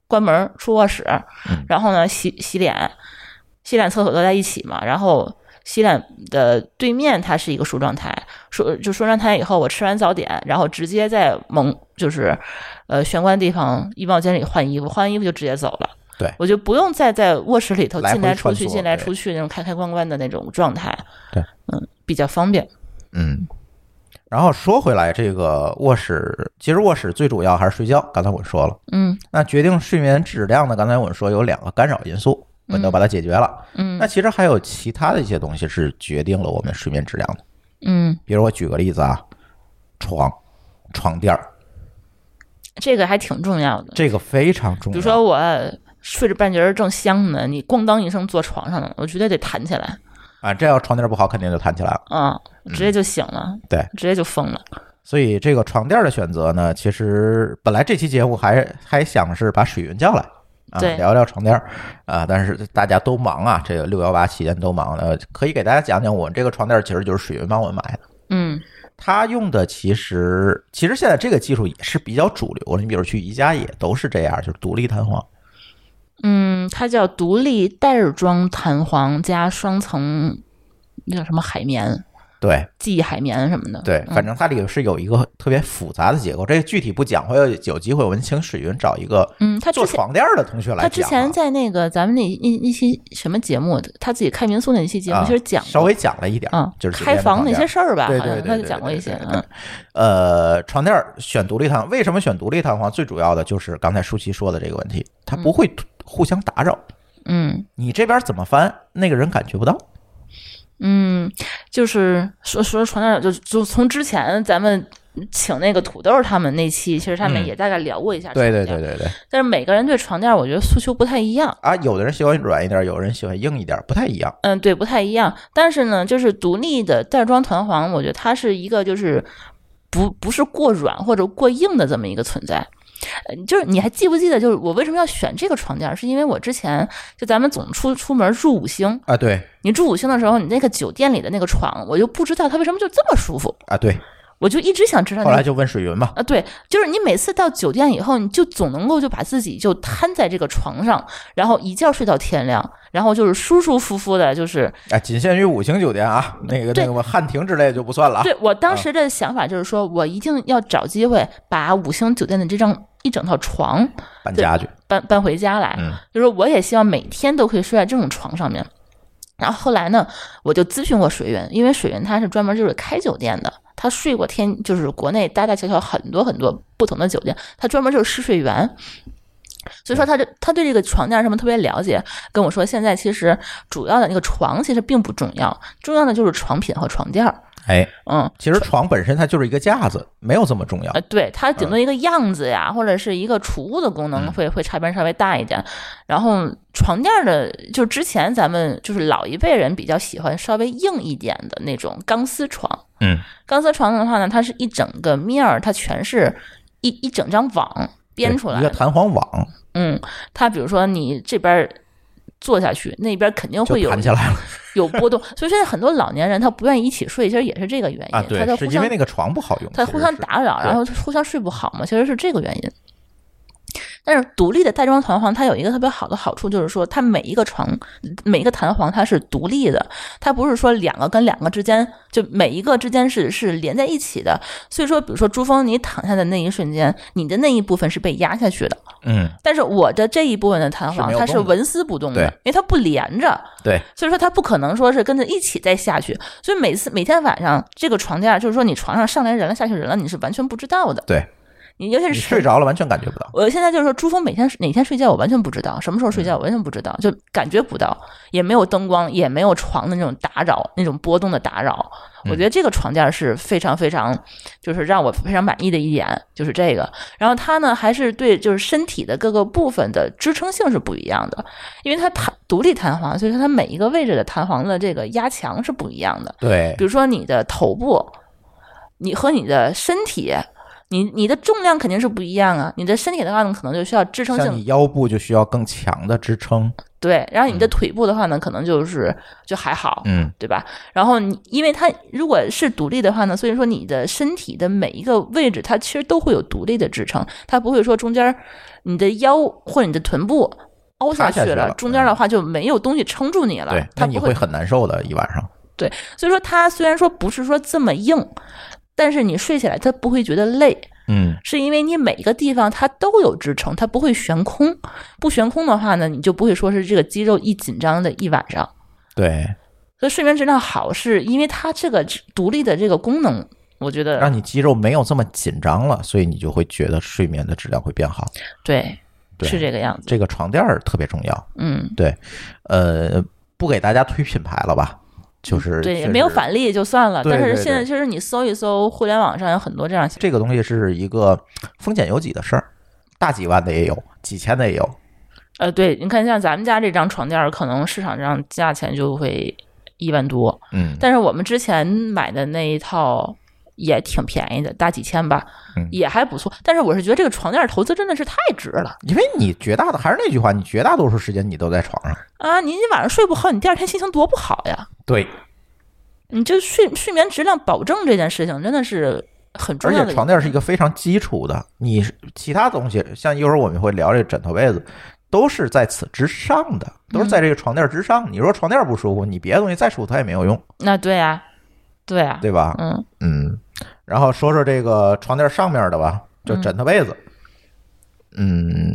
Speaker 2: 关门出卧室，
Speaker 1: 嗯
Speaker 2: 然后呢洗洗脸，洗脸厕所都在一起嘛，然后洗脸的对面它是一个梳妆台，梳就梳妆台以后，我吃完早点，然后直接在蒙就是呃玄关地方衣帽间里换衣服，换完衣服就直接走了。
Speaker 1: 对
Speaker 2: 我就不用再在卧室里头
Speaker 1: 来回
Speaker 2: 进来出
Speaker 1: 穿
Speaker 2: 去、
Speaker 1: 梭
Speaker 2: 进来
Speaker 1: 对
Speaker 2: 出去那种开开关关的那种状态。
Speaker 1: 对，
Speaker 2: 嗯，比较方便。
Speaker 1: 嗯，然后说回来，这个卧室其实卧室最主要还是睡觉。刚才我说了，
Speaker 2: 嗯
Speaker 1: 那决定睡眠质量呢，刚才我说有两个干扰因素，我们都把它解决了。
Speaker 2: 嗯
Speaker 1: 那其实还有其他的一些东西是决定了我们睡眠质量的。
Speaker 2: 嗯。
Speaker 1: 比如我举个例子啊，床、床垫儿，
Speaker 2: 这个还挺重要的。
Speaker 1: 这个非常重
Speaker 2: 比
Speaker 1: 要。
Speaker 2: 如说我睡着半截儿正香呢，你咣当一声坐床上了，我绝对得弹起来，
Speaker 1: 啊，这要床垫儿不好，肯定就弹起来了。
Speaker 2: 啊，直
Speaker 1: 嗯
Speaker 2: 接就醒了，
Speaker 1: 对
Speaker 2: 直接就疯了。
Speaker 1: 所以这个床垫儿的选择呢，其实本来这期节目还还想是把水云叫来。啊，
Speaker 2: 对
Speaker 1: 聊聊床垫儿啊，但是大家都忙啊，这个六幺八期间都忙，呃，可以给大家讲讲我们这个床垫儿其实就是水云帮我买的，
Speaker 2: 嗯
Speaker 1: 他用的其实其实现在这个技术也是比较主流了，你比如去宜家也都是这样，就是独立弹簧，
Speaker 2: 嗯，它叫独立袋儿装弹簧加双层，那叫什么海绵？
Speaker 1: 对，
Speaker 2: 记忆海绵什么的，嗯
Speaker 1: 对，反正它里是有一个特别复杂的结构，这个具体不讲，会有有机会我们请水云找一个
Speaker 2: 嗯，他之
Speaker 1: 做
Speaker 2: 前
Speaker 1: 床垫儿的同学
Speaker 2: 他
Speaker 1: 来
Speaker 2: 之
Speaker 1: 讲啊。
Speaker 2: 前在那个咱们那一一期什么节目，他自己开民宿那一期节目，
Speaker 1: 啊
Speaker 2: 其实讲
Speaker 1: 稍微讲了一点，
Speaker 2: 啊，
Speaker 1: 就是酒
Speaker 2: 开
Speaker 1: 店的
Speaker 2: 房
Speaker 1: 床
Speaker 2: 那
Speaker 1: 垫
Speaker 2: 些
Speaker 1: 儿
Speaker 2: 事儿吧，
Speaker 1: 对
Speaker 2: 好
Speaker 1: 对
Speaker 2: 像
Speaker 1: 对
Speaker 2: 他
Speaker 1: 对
Speaker 2: 就讲过
Speaker 1: 对
Speaker 2: 一些，
Speaker 1: 对
Speaker 2: 嗯
Speaker 1: 呃，床垫儿选独立弹，为什么选独立弹簧？最主要的就是刚才舒淇说的这个问题，它不会互相打扰，
Speaker 2: 嗯。
Speaker 1: 你这边怎么翻，那个人感觉不到。
Speaker 2: 嗯，就是说说床上就就从之前咱们请那个土豆他们那期，其实他们
Speaker 1: 嗯
Speaker 2: 也大概聊过一下、
Speaker 1: 对对对。对对，
Speaker 2: 但是每个人对床垫，我觉得诉求不太一样。
Speaker 1: 啊，有的人喜欢软一点，有人喜欢硬一点，不太一样。
Speaker 2: 嗯，对，不太一样。但是呢，就是独立的袋装弹簧，我觉得它是一个就是不不是过软或者过硬的这么一个存在。呃就是你还记不记得，就是我为什么要选这个床垫儿，是因为我之前就咱们总出出门住五星，
Speaker 1: 啊，对
Speaker 2: 你住五星的时候，你那个酒店里的那个床，我就不知道它为什么就这么舒服。
Speaker 1: 啊，对，
Speaker 2: 我就一直想知道
Speaker 1: 后
Speaker 2: 那
Speaker 1: 来
Speaker 2: 个
Speaker 1: 就问水云嘛，
Speaker 2: 啊，对，就是你每次到酒店以后，你就总能够就把自己就瘫在这个床上，然后一觉睡到天亮，然后就是舒舒服服的，就是
Speaker 1: 啊，仅限于五星酒店啊，那个那
Speaker 2: 对
Speaker 1: 个汉庭之类的就不算了啊。
Speaker 2: 对我当时的想法就是说，我一定要找机会把五星酒店的这张一整套床
Speaker 1: 搬家去，
Speaker 2: 搬搬回家来，
Speaker 1: 嗯
Speaker 2: 就是我也希望每天都可以睡在这种床上面。然后后来呢，我就咨询过水云，因为水云他是专门就是开酒店的，他睡过天，就是国内大大小小很多很多不同的酒店，他专门就是试睡员。所以说他这他对这个床垫什么特别了解，跟我说现在其实主要的那个床其实并不重要，重要的就是床品和床垫儿。
Speaker 1: 哎，
Speaker 2: 嗯，
Speaker 1: 其实床本身它就是一个架子，没有这么重要
Speaker 2: 呃，。对，它顶
Speaker 1: 嗯
Speaker 2: 多一个样子呀，或者是一个储物的功能会会差别稍微大一点。然后床垫儿的，就之前咱们就是老一辈人比较喜欢稍微硬一点的那种钢丝床。
Speaker 1: 嗯，
Speaker 2: 钢丝床的话呢，它是一整个面儿，它全是一一整张网编
Speaker 1: 对
Speaker 2: 出
Speaker 1: 一
Speaker 2: 来
Speaker 1: 个
Speaker 2: 的。
Speaker 1: 弹簧网
Speaker 2: 嗯，它比如说你这边儿坐下去，那边儿肯定
Speaker 1: 就
Speaker 2: 会有
Speaker 1: 弹起来了
Speaker 2: 有波动。所以现在很多老年人他不愿意一起睡，其实也是这个原因，
Speaker 1: 啊，
Speaker 2: 他在
Speaker 1: 对，是因
Speaker 2: 互相
Speaker 1: 为那个床不好用，
Speaker 2: 它
Speaker 1: 其
Speaker 2: 互
Speaker 1: 实
Speaker 2: 相
Speaker 1: 是
Speaker 2: 打扰，
Speaker 1: 对
Speaker 2: 然后互相睡不好嘛，其实是这个原因。但是独立的带装弹簧，它有一个特别好的好处，就是说它每一个床、每一个弹簧它是独立的，它不是说两个跟两个之间，就每一个之间是是连在一起的。所以说，比如说珠峰，你躺下的那一瞬间，你的那一部分是被压下去的，
Speaker 1: 嗯，
Speaker 2: 但是我的这一部分的弹
Speaker 1: 是
Speaker 2: 簧
Speaker 1: 没有
Speaker 2: 它是
Speaker 1: 动的
Speaker 2: 纹丝不动的
Speaker 1: 对，
Speaker 2: 因为它不连着。
Speaker 1: 对，
Speaker 2: 所以说它不可能说是跟着一起再下去，所以每次每天晚上这个床垫儿，就是说你床上上来人了下去人了，你是完全不知道的。
Speaker 1: 对，
Speaker 2: 你尤其
Speaker 1: 你
Speaker 2: 是
Speaker 1: 睡着了完全感觉不到。
Speaker 2: 我现在就是说，珠峰每天哪天睡觉，我完全不知道；什么时候睡觉，我完全不知道，就感觉不到，也没有灯光，也没有床的那种打扰，那种波动的打扰。
Speaker 1: 嗯
Speaker 2: 我觉得这个床垫是非常非常，就是让我非常满意的一点，就是这个。然后它呢，还是对就是身体的各个部分的支撑性是不一样的，因为它弹独立弹簧，所以说它每一个位置的弹簧的这个压强是不一样的。
Speaker 1: 对
Speaker 2: 比，如说你的头部，你和你的身体，你你的重量肯定是不一样啊。你的身体的话呢，可能就需要支撑
Speaker 1: 像你
Speaker 2: 性，
Speaker 1: 腰部就需要更强的支撑。
Speaker 2: 对。然后你的腿部的话呢，可能就是就还好，
Speaker 1: 嗯，
Speaker 2: 对吧？然后你因为它如果是独立的话呢，所以说你的身体的每一个位置，它其实都会有独立的支撑，它不会说中间儿你的腰或者你的臀部。凹
Speaker 1: 塌
Speaker 2: 下
Speaker 1: 下去
Speaker 2: 了
Speaker 1: 了，嗯
Speaker 2: 中间儿的话就没有东西撑住你了，
Speaker 1: 对，
Speaker 2: 它
Speaker 1: 那
Speaker 2: 不
Speaker 1: 你
Speaker 2: 会
Speaker 1: 会很难受的一晚上。
Speaker 2: 所以说，它虽然说不是说这么硬，但是你睡起来它不会觉得累，
Speaker 1: 嗯，
Speaker 2: 是因为你每一个地方它都有支撑，它不会悬空。不悬空的话呢，你就不会说是这个肌肉一紧张的一晚上。
Speaker 1: 对，
Speaker 2: 所以睡眠质量好，是因为它这个独立的这个功能，我觉得
Speaker 1: 让你肌肉没有这么紧张了，所以你就会觉得睡眠的质量会变好。
Speaker 2: 对
Speaker 1: 对
Speaker 2: 是这个样子。
Speaker 1: 这个床垫儿特别重要。
Speaker 2: 嗯，
Speaker 1: 对，呃，不给大家推品牌了吧，就是
Speaker 2: 嗯对，
Speaker 1: 确
Speaker 2: 也没有
Speaker 1: 实
Speaker 2: 返利就算了。
Speaker 1: 对
Speaker 2: 但
Speaker 1: 对
Speaker 2: 是现在
Speaker 1: 对
Speaker 2: 其实你搜一搜，互联网上有很多这样
Speaker 1: 这个东西是一个风险有几的事儿，大几万的也有，几千的也有。
Speaker 2: 呃，对，你看像咱们家这张床垫儿，可能市场上价钱就会一万多。
Speaker 1: 嗯，
Speaker 2: 但是我们之前买的那一套也挺便宜的，大几千吧，
Speaker 1: 嗯
Speaker 2: 也还不错。但是我是觉得这个床垫投资真的是太值了
Speaker 1: 因为你绝大的还是那句话，你绝大多数时间你都在床上。
Speaker 2: 啊！你你晚上睡不好，你第二天心情多不好呀！
Speaker 1: 对，
Speaker 2: 你这睡睡眠质量保证这件事情真的是很重
Speaker 1: 而
Speaker 2: 要
Speaker 1: 且
Speaker 2: 的。
Speaker 1: 床垫是一个非常基础的，你其他东西像一会儿我们会聊这枕头被子，都是在此之上的，都是在这个床垫之
Speaker 2: 嗯
Speaker 1: 上。你说床垫不舒服，你别的东西再舒服它也没有用，
Speaker 2: 那对啊，对啊，
Speaker 1: 对吧？
Speaker 2: 嗯，
Speaker 1: 嗯，然后说说这个床垫上面的吧，就枕头被子。嗯，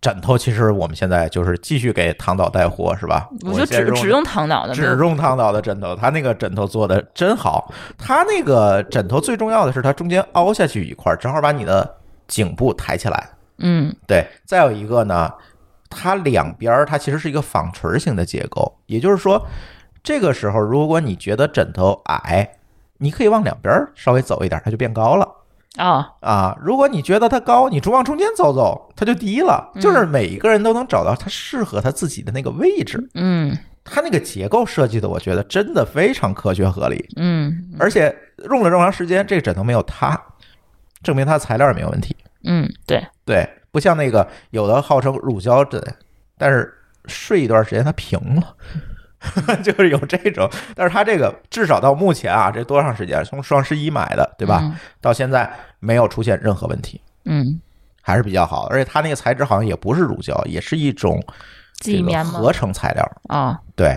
Speaker 1: 枕头其实我们现在就是继续给唐导带货是吧？
Speaker 2: 我就
Speaker 1: 先
Speaker 2: 只只用唐导的，嗯没
Speaker 1: 只
Speaker 2: 有
Speaker 1: 用唐导的枕头，他那个枕头做的真好。他那个枕头最重要的是，它中间凹下去一块儿，正好把你的颈部抬起来。
Speaker 2: 嗯
Speaker 1: 对，再有一个呢，它两边儿它其实是一个纺锤形的结构，也就是说，这个时候如果你觉得枕头矮，你可以往两边儿稍微走一点儿，它就变高了。
Speaker 2: 啊，
Speaker 1: 啊，如果你觉得它高，你往中间走走，它就低了。就是每一个人都能找到他适合他自己的那个位置，
Speaker 2: 嗯
Speaker 1: 它那个结构设计的，我觉得真的非常科学合理，
Speaker 2: 嗯
Speaker 1: 而且用了这么长时间，这个枕头没有塌，证明它的材料也没有问题。
Speaker 2: 嗯，对，
Speaker 1: 对，不像那个有的号称乳胶枕，但是睡一段时间它平了。 就是有这种，但是它这个至少到目前啊，这多长时间？从双十一买的，对吧？到现在没有出现任何问题，
Speaker 2: 嗯？嗯，
Speaker 1: 还是比较好的。而且它那个材质好像也不是乳胶，也是一种
Speaker 2: 记
Speaker 1: 这
Speaker 2: 忆
Speaker 1: 个
Speaker 2: 棉吗？
Speaker 1: 合成材料，
Speaker 2: 啊，
Speaker 1: 对，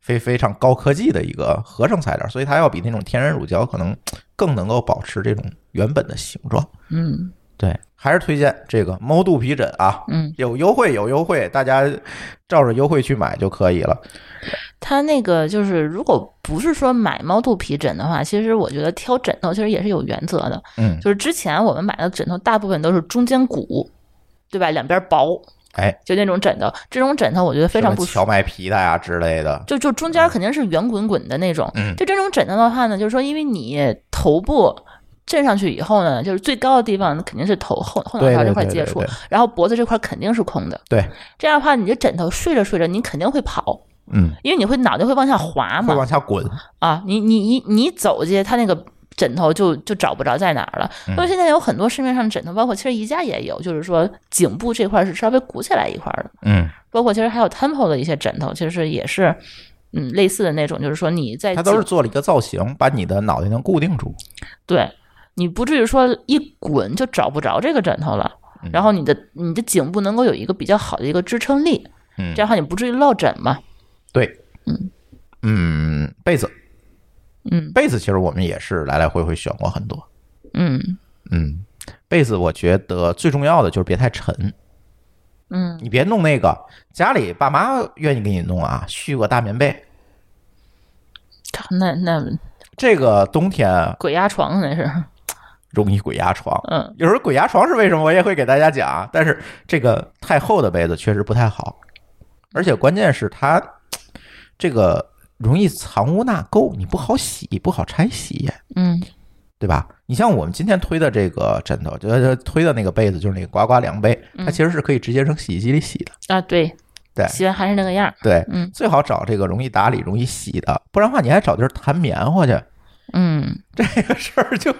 Speaker 1: 非非常高科技的一个合成材料，所以它要比那种天然乳胶可能更能够保持这种原本的形状。
Speaker 2: 嗯
Speaker 1: 对，还是推荐这个猫肚皮枕啊，
Speaker 2: 嗯，
Speaker 1: 有优惠有优惠，大家照着优惠去买就可以了。
Speaker 2: 它那个就是，如果不是说买猫肚皮枕的话，其实我觉得挑枕头其实也是有原则的。
Speaker 1: 嗯，
Speaker 2: 就是之前我们买的枕头，大部分都是中间鼓，对吧？两边薄，
Speaker 1: 哎，
Speaker 2: 就那种枕头。这种枕头我觉得非常不
Speaker 1: 什么
Speaker 2: 舒
Speaker 1: 荞麦皮的呀、之类的，
Speaker 2: 就就中间肯定是圆滚滚的那种。
Speaker 1: 嗯
Speaker 2: 就这种枕头的话呢，就是说，因为你头部震上去以后呢，就是最高的地方肯定是头后后脑
Speaker 1: 对对
Speaker 2: 勺啊这块
Speaker 1: 对
Speaker 2: 接
Speaker 1: 对
Speaker 2: 触
Speaker 1: 对，
Speaker 2: 然后脖子这块肯定是空的。
Speaker 1: 对，
Speaker 2: 这样的话，你这枕头睡着睡着，你肯定会跑，
Speaker 1: 嗯，
Speaker 2: 因为你会脑袋会往下滑
Speaker 1: 会
Speaker 2: 嘛。
Speaker 1: 往下滚。
Speaker 2: 啊，你你你你走进去，它那个枕头就就找不着在哪儿了。
Speaker 1: 嗯
Speaker 2: 所以现在有很多市面上枕头，包括其实宜家也有，就是说颈部这块是稍微鼓起来一块儿的，
Speaker 1: 嗯，
Speaker 2: 包括其实还有 Temple 的一些枕头，其实也是。嗯，类似的那种，就是说你在
Speaker 1: 它都是
Speaker 2: 颈
Speaker 1: 做了一个造型，把你的脑袋能固定住。
Speaker 2: 对，你不至于说一滚就找不着这个枕头了，
Speaker 1: 嗯
Speaker 2: 然后你的你的颈部能够有一个比较好的一个支撑力，
Speaker 1: 嗯
Speaker 2: 这样的话你不至于落枕嘛。
Speaker 1: 对，嗯嗯，被子，
Speaker 2: 嗯
Speaker 1: 被子其实我们也是来来回回选过很多。
Speaker 2: 嗯
Speaker 1: 嗯，被子我觉得最重要的就是别太沉，
Speaker 2: 嗯
Speaker 1: 你别弄那个家里爸妈愿意给你弄啊，续个大棉被。
Speaker 2: 那那
Speaker 1: 这个冬天
Speaker 2: 鬼压床那是，
Speaker 1: 容易鬼压床。
Speaker 2: 嗯，
Speaker 1: 有时候鬼压床是为什么，我也会给大家讲啊。但是这个太厚的被子确实不太好，而且关键是它这个容易藏污纳垢，你不好洗，不好拆洗，
Speaker 2: 嗯
Speaker 1: 对吧？你像我们今天推的这个枕头，就是推的那个被子，就是那个呱呱凉被，
Speaker 2: 嗯
Speaker 1: 它其实是可以直接扔洗衣机里洗的。
Speaker 2: 啊，对
Speaker 1: 对
Speaker 2: 洗完还是那个样儿，
Speaker 1: 对，
Speaker 2: 嗯
Speaker 1: 最好找这个容易打理、容易洗的，不然的话你还找地儿弹棉花去。
Speaker 2: 嗯
Speaker 1: 这个事儿就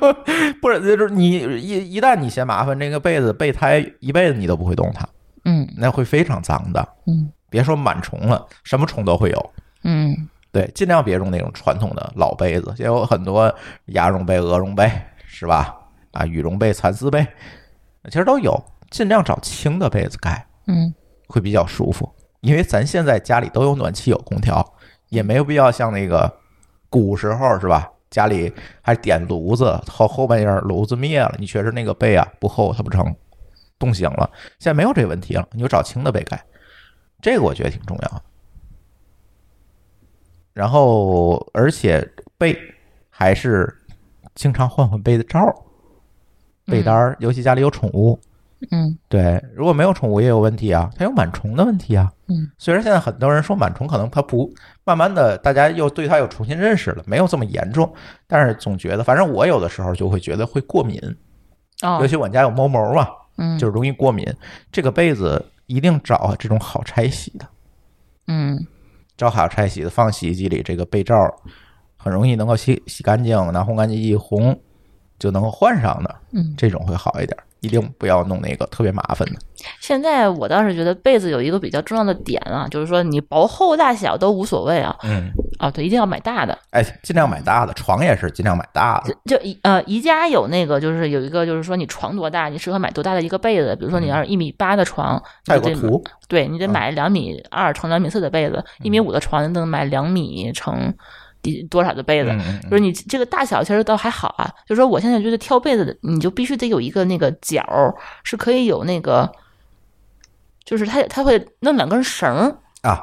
Speaker 1: 不是，就是你一一旦你嫌麻烦，这个被子备胎一辈子你都不会动它，
Speaker 2: 嗯
Speaker 1: 那会非常脏的。
Speaker 2: 嗯
Speaker 1: 别说螨虫了，什么虫都会有。
Speaker 2: 嗯
Speaker 1: 对，尽量别用那种传统的老被子，也有很多鸭绒被、鹅绒被，是吧？啊，羽绒被、蚕丝被，其实都有。尽量找轻的被子盖，
Speaker 2: 嗯
Speaker 1: 会比较舒服。因为咱现在家里都有暖气、有空调，也没有必要像那个古时候是吧？家里还点炉子，后后半夜炉子灭了，你确实那个被啊不厚，它不成，冻醒了。现在没有这问题了，你就找轻的被盖，这个我觉得挺重要的。然后，而且被还是经常换换被罩儿、被单儿，尤其家里有宠物，
Speaker 2: 嗯
Speaker 1: 对，如果没有宠物也有问题啊，它有螨虫的问题啊。
Speaker 2: 嗯，
Speaker 1: 虽然现在很多人说螨虫可能它不，慢慢的大家又对它有重新认识了，没有这么严重，但是总觉得，反正我有的时候就会觉得会过敏，尤
Speaker 2: 哦
Speaker 1: 其我们家有猫毛嘛，
Speaker 2: 嗯
Speaker 1: 就是容易过敏。这个被子一定找啊这种好拆洗的，
Speaker 2: 嗯
Speaker 1: 找好拆洗的，放洗衣机里，这个被罩很容易能够洗洗干净，拿烘干机一烘就能够换上的，
Speaker 2: 嗯，
Speaker 1: 这种会好一点。一定不要弄那个特别麻烦的。
Speaker 2: 现在我倒是觉得被子有一个比较重要的点啊，就是说你薄厚大小都无所谓啊
Speaker 1: 嗯，
Speaker 2: 啊，对，一定要买大的。
Speaker 1: 哎，尽量买大的，床也是尽量买大的。
Speaker 2: 就宜呃宜家有那个，就是有一个，就是说你床多大，你适合买多大的一个被子。比如说你要是一米八的床，
Speaker 1: 它
Speaker 2: 那
Speaker 1: 有个图，
Speaker 2: 对你得
Speaker 1: 嗯
Speaker 2: 买两米二乘两米四的被子，一米五的床你得买两米乘第多少的被子。
Speaker 1: 嗯嗯
Speaker 2: 就是你这个大小其实倒还好啊，就是说我现在觉得挑被子的，你就必须得有一个那个角儿是可以有那个，就是它它会弄两根绳儿，
Speaker 1: 啊，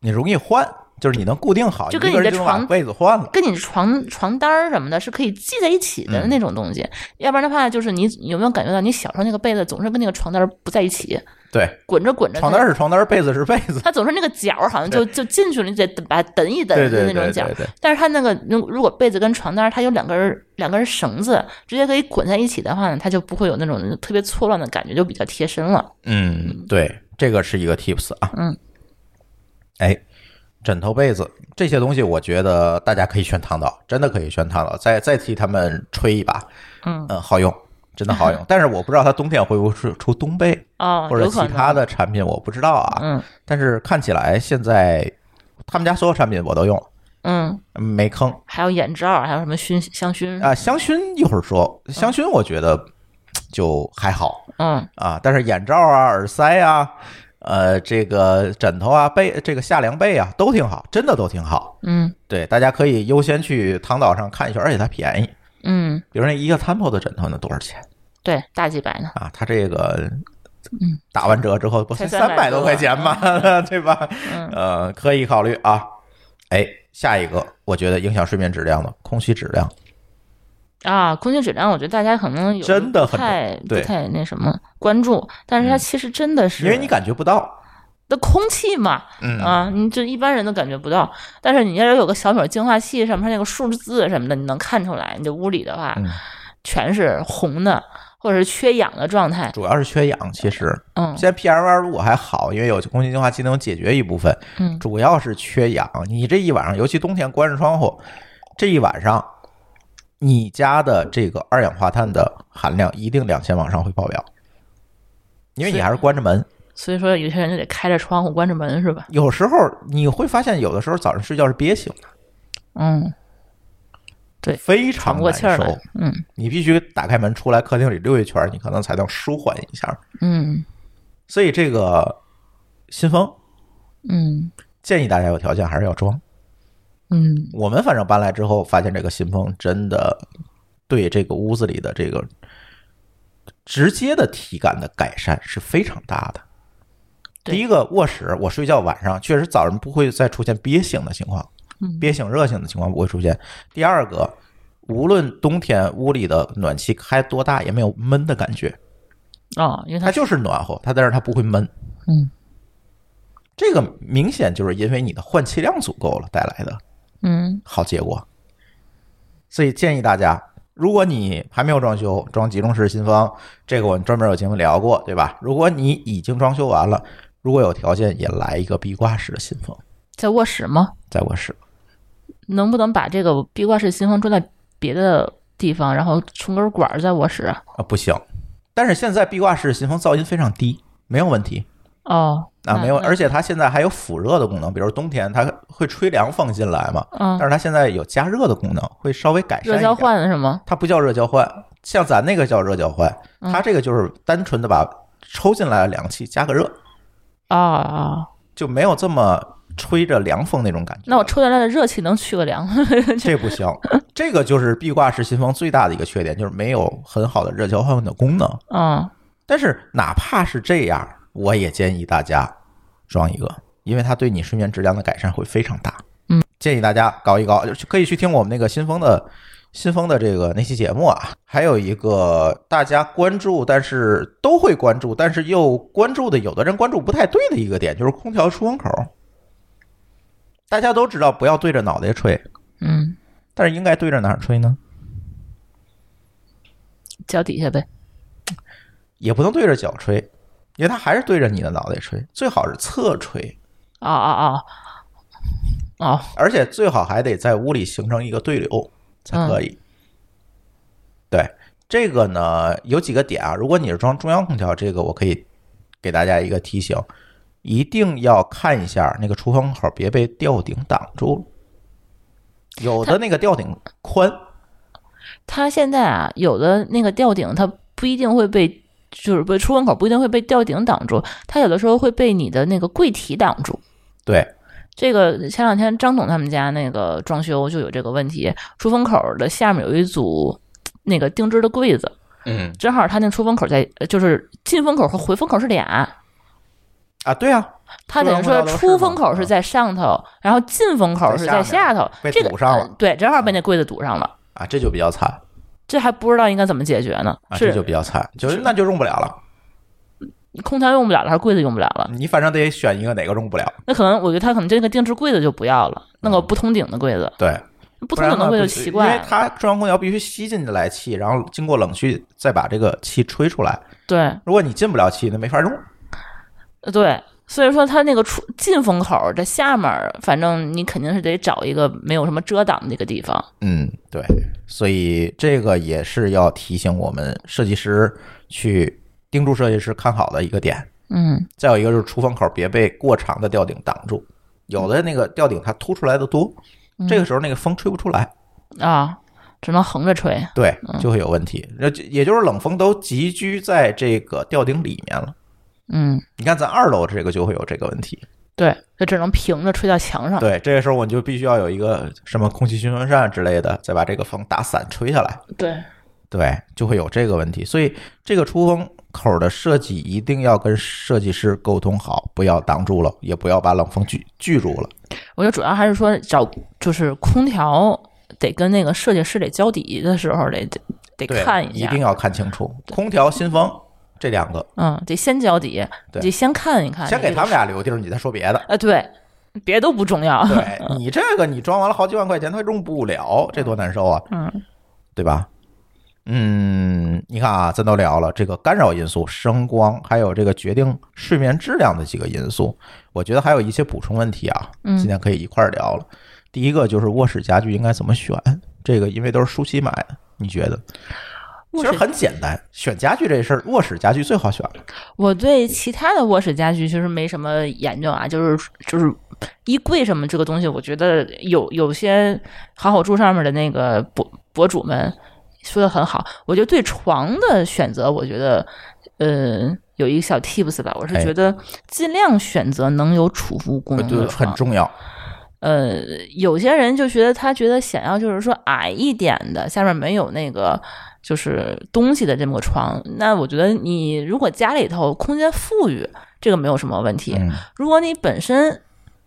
Speaker 1: 你容易换，就是你能固定好，
Speaker 2: 就跟
Speaker 1: 一个
Speaker 2: 你的
Speaker 1: 人就能把
Speaker 2: 床
Speaker 1: 被子换了。
Speaker 2: 跟你床床单儿什么的是可以系在一起的
Speaker 1: 嗯
Speaker 2: 那种东西，要不然的话，就是你有没有感觉到你小时候那个被子总是跟那个床单儿不在一起，
Speaker 1: 对，
Speaker 2: 滚着滚着它，
Speaker 1: 床单是床单，被子是被 子。
Speaker 2: 它总是那个角儿好像就就进去了，你得把它蹬一蹬
Speaker 1: 对
Speaker 2: 的
Speaker 1: 对
Speaker 2: 那种
Speaker 1: 对
Speaker 2: 角儿
Speaker 1: 对。对，
Speaker 2: 但是它那个，如如果被子跟床单儿它有两根儿两根儿绳子，直接可以滚在一起的话呢，它就不会有那种特别错乱的感觉，就比较贴身了。
Speaker 1: 嗯，对，这个是一个 tips 啊。
Speaker 2: 嗯，
Speaker 1: 哎，枕头、被子这些东西，我觉得大家可以全躺倒，真的可以全躺倒，再再替他们吹一把。
Speaker 2: 嗯
Speaker 1: 嗯，好用，真的好用。但是我不知道它冬天会不会出出冬被
Speaker 2: 哦，
Speaker 1: 或者
Speaker 2: 有可
Speaker 1: 其
Speaker 2: 能
Speaker 1: 他，的产品，我不知道啊。
Speaker 2: 嗯
Speaker 1: 但是看起来现在他们家所有产品我都用了，
Speaker 2: 嗯，
Speaker 1: 没坑
Speaker 2: 还有眼罩，还有什么熏香薰，
Speaker 1: 啊。香薰一会儿说，香薰我觉得就还好
Speaker 2: 嗯
Speaker 1: 啊，但是眼罩啊、耳塞啊、呃，这个枕头啊、被这个夏凉被啊都挺好，真的都挺好。
Speaker 2: 嗯
Speaker 1: 对，大家可以优先去唐岛上看一圈，而且它便宜。
Speaker 2: 嗯，
Speaker 1: 比如那一个 Temple 的枕头呢，多少钱
Speaker 2: 对，大几百呢，
Speaker 1: 啊？它这个打完折之后不才
Speaker 2: 嗯才
Speaker 1: 三百
Speaker 2: 300
Speaker 1: 多
Speaker 2: 多
Speaker 1: 块钱吗？ 对吧？
Speaker 2: 嗯
Speaker 1: 呃，可以考虑啊。哎，下一个我觉得影响睡眠质量的空气质量，
Speaker 2: 啊，空气质量，我觉得大家可能有
Speaker 1: 真的
Speaker 2: 不
Speaker 1: 很
Speaker 2: 太不
Speaker 1: 对
Speaker 2: 太那什么关注，但是它
Speaker 1: 嗯
Speaker 2: 其实真的是，
Speaker 1: 因为你感觉不到。
Speaker 2: 的空气嘛，
Speaker 1: 嗯
Speaker 2: 啊，你这一般人都感觉不到，但是你要是有个小米净化器上面那个数字什么的，你能看出来，你这屋里的话
Speaker 1: 嗯
Speaker 2: 全是红的，或者是缺氧的状态，
Speaker 1: 主要是缺氧，其实
Speaker 2: 嗯
Speaker 1: 现在 PM 二五还好，因为有空气净化器能解决一部分，
Speaker 2: 嗯
Speaker 1: 主要是缺氧。你这一晚上，尤其冬天关着窗户，这一晚上，你家的这个二氧化碳的含量一定两千往上会爆表，因为你
Speaker 2: 是
Speaker 1: 还是关着门。
Speaker 2: 所以说有些人就得开着窗户关着门是吧？
Speaker 1: 有时候你会发现，有的时候早上睡觉是憋醒的，
Speaker 2: 嗯，
Speaker 1: 非
Speaker 2: 喘
Speaker 1: 常
Speaker 2: 不过
Speaker 1: 难
Speaker 2: 气儿
Speaker 1: 受
Speaker 2: 来。，嗯
Speaker 1: 你必须打开门出来客厅里溜一圈，你可能才能舒缓一下。
Speaker 2: 嗯
Speaker 1: 所以这个新风
Speaker 2: 嗯
Speaker 1: 建议大家有条件还是要装。
Speaker 2: 嗯
Speaker 1: 我们反正搬来之后，发现这个新风真的对这个屋子里的这个直接的体感的改善是非常大的。
Speaker 2: 对
Speaker 1: 第一个卧室，我睡觉晚上确实早上不会再出现憋醒的情况，
Speaker 2: 嗯
Speaker 1: 憋醒热醒的情况不会出现。第二个，无论冬天屋里的暖气开多大，也没有闷的感觉，
Speaker 2: 哦，因为
Speaker 1: 它
Speaker 2: 它
Speaker 1: 就是暖和，它但是它不会闷。
Speaker 2: 嗯，
Speaker 1: 这个明显就是因为你的换气量足够了带来的
Speaker 2: 嗯
Speaker 1: 好结果。所以建议大家，如果你还没有装修，装集中式新风，这个我们专门有节目聊过，对吧？如果你已经装修完了，如果有条件，也来一个壁挂式的新风，
Speaker 2: 在卧室吗？
Speaker 1: 在卧室。
Speaker 2: 能不能把这个壁挂式新风装在别的地方，然后冲根管儿在卧室啊？
Speaker 1: 啊，不行。但是现在壁挂式新风噪音非常低，没有问题
Speaker 2: 哦，
Speaker 1: 啊，
Speaker 2: 那
Speaker 1: 没有，
Speaker 2: 那
Speaker 1: 而且它现在还有辅热的功能，比如冬天它会吹凉风进来嘛，
Speaker 2: 嗯
Speaker 1: 但，是它现在有加热的功能，会稍微改善
Speaker 2: 热
Speaker 1: 一
Speaker 2: 交
Speaker 1: 点。
Speaker 2: 换是吗？
Speaker 1: 它不叫热交换，像咱那个叫热交换，
Speaker 2: 嗯
Speaker 1: 它这个就是单纯的把抽进来的凉气加个热，
Speaker 2: 啊啊，
Speaker 1: 就没有这么吹着凉风那种感觉。
Speaker 2: 那我抽进来的热气能去个凉？
Speaker 1: 这不行，这个就是壁挂式新风最大的一个缺点，就是没有很好的热交换的功能。
Speaker 2: 嗯
Speaker 1: 但是哪怕是这样，我也建议大家装一个，因为它对你睡眠质量的改善会非常大。
Speaker 2: 嗯，
Speaker 1: 建议大家搞一搞，就可以去听我们那个新风的新风的这个那期节目啊。还有一个大家关注，但是都会关注，但是又关注的有的人关注不太对的一个点，就是空调出风口。大家都知道不要对着脑袋吹，
Speaker 2: 嗯，
Speaker 1: 但是应该对着哪儿吹呢？
Speaker 2: 脚底下呗。
Speaker 1: 也不能对着脚吹，因为它还是对着你的脑袋吹，最好是侧吹。
Speaker 2: 哦哦哦哦，
Speaker 1: 而且最好还得在屋里形成一个对流才
Speaker 2: 嗯
Speaker 1: 可以。对这个呢，有几个点啊，如果你是装中央空调，这个我可以给大家一个提醒，一定要看一下那个出风口别被吊顶挡住了。有的那个吊顶宽，
Speaker 2: 它现在啊，有的那个吊顶它不一定会被。就是被出风口不一定会被吊顶挡住，它有的时候会被你的那个柜体挡住。
Speaker 1: 对，
Speaker 2: 这个前两天张总他们家那个装修就有这个问题，出风口的下面有一组那个定制的柜子，
Speaker 1: 嗯
Speaker 2: 正好他那出风口在，呃就是进风口和回风口是俩，
Speaker 1: 啊，对啊，
Speaker 2: 他等于
Speaker 1: 中
Speaker 2: 说
Speaker 1: 央空调都是
Speaker 2: 出风口
Speaker 1: 吗嗯
Speaker 2: 是在上头，然后进风口是在下头，
Speaker 1: 在下面
Speaker 2: 这个
Speaker 1: 被堵上了嗯
Speaker 2: 呃对，正好被那柜子堵上了，
Speaker 1: 啊，这就比较惨
Speaker 2: 这还不知道应该怎么解决呢，
Speaker 1: 啊，这就是比较惨，就是
Speaker 2: 是
Speaker 1: 那就用不了了，
Speaker 2: 空调用不了了，还是柜子用不了了？
Speaker 1: 你反正得选一个哪个用不了，
Speaker 2: 那可能我觉得他可能这个定制柜子就不要了，那个不通顶的柜子，
Speaker 1: 对，
Speaker 2: 不
Speaker 1: 嗯不
Speaker 2: 通
Speaker 1: 然
Speaker 2: 顶
Speaker 1: 呢不
Speaker 2: 的柜子
Speaker 1: 行
Speaker 2: 奇怪
Speaker 1: 因为
Speaker 2: 了，
Speaker 1: 它中央空调必须吸进来气，然后经过冷气再把这个气吹出来。
Speaker 2: 对。
Speaker 1: 如果你进不了气，那没法用。
Speaker 2: 呃对，所以说它那个出进风口在下面儿，反正你肯定是得找一个没有什么遮挡的一个地方。
Speaker 1: 嗯，对，所以这个也是要提醒我们设计师去盯住设计师看好的一个点。
Speaker 2: 嗯
Speaker 1: 再有一个就是出风口别被过长的吊顶挡住，有的那个吊顶它凸出来的多，这个时候那个风吹不出来，
Speaker 2: 嗯啊，只能横着吹。
Speaker 1: 对，
Speaker 2: 嗯
Speaker 1: 就会有问题。那就也就是冷风都集聚在这个吊顶里面了。
Speaker 2: 嗯，
Speaker 1: 你看咱二楼这个就会有这个问题。
Speaker 2: 对，就只能平着吹到墙上。
Speaker 1: 对，这个时候我们就必须要有一个什么空气循环扇之类的，再把这个风打散吹下来，
Speaker 2: 对，
Speaker 1: 对，就会有这个问题。所以这个出风口的设计一定要跟设计师沟通好，不要挡住了，也不要把冷风拒拒住了。
Speaker 2: 我觉得主要还是说找就是空调得跟那个设计师得交底的时候得得得
Speaker 1: 对，
Speaker 2: 看
Speaker 1: 一
Speaker 2: 下
Speaker 1: 定。要看清楚，空调、新风这两个，
Speaker 2: 嗯，得先交底，
Speaker 1: 对
Speaker 2: 你得先看一看。
Speaker 1: 先给他们
Speaker 2: 俩。
Speaker 1: 俩留地儿，你再说 别的。
Speaker 2: 啊，对，别都不重要。
Speaker 1: 对你这个，你装完了好几万块钱，它用不了，这多难受啊！
Speaker 2: 嗯，
Speaker 1: 对吧？嗯，你看啊，咱都聊了这个干扰因素、声光，还有这个决定睡眠质量的几个因素。我觉得还有一些补充问题啊，
Speaker 2: 嗯
Speaker 1: 今天可以一块儿聊了。第一个就是卧室家具应该怎么选，这个因为都是舒淇买的，你觉得？其
Speaker 2: 卧
Speaker 1: 实
Speaker 2: 室
Speaker 1: 很简单，选家具这事儿，卧室家具最好选了。
Speaker 2: 我对其他的卧室家具其实没什么研究啊，就是就是衣柜什么这个东西，我觉得有有些好好住上面的那个博博主们说的很好。我觉得对床的选择，我觉得呃有一个小 tips 吧，我是
Speaker 1: 哎
Speaker 2: 觉得尽量选择能有储物功能
Speaker 1: 对，
Speaker 2: 的
Speaker 1: 很
Speaker 2: 床。
Speaker 1: 重要。
Speaker 2: 呃，有些人就觉得他觉得想要就是说矮一点的，下面没有那个就是东西的这么个床，那我觉得你如果家里头空间富裕，这个没有什么问题。
Speaker 1: 嗯，
Speaker 2: 如果你本身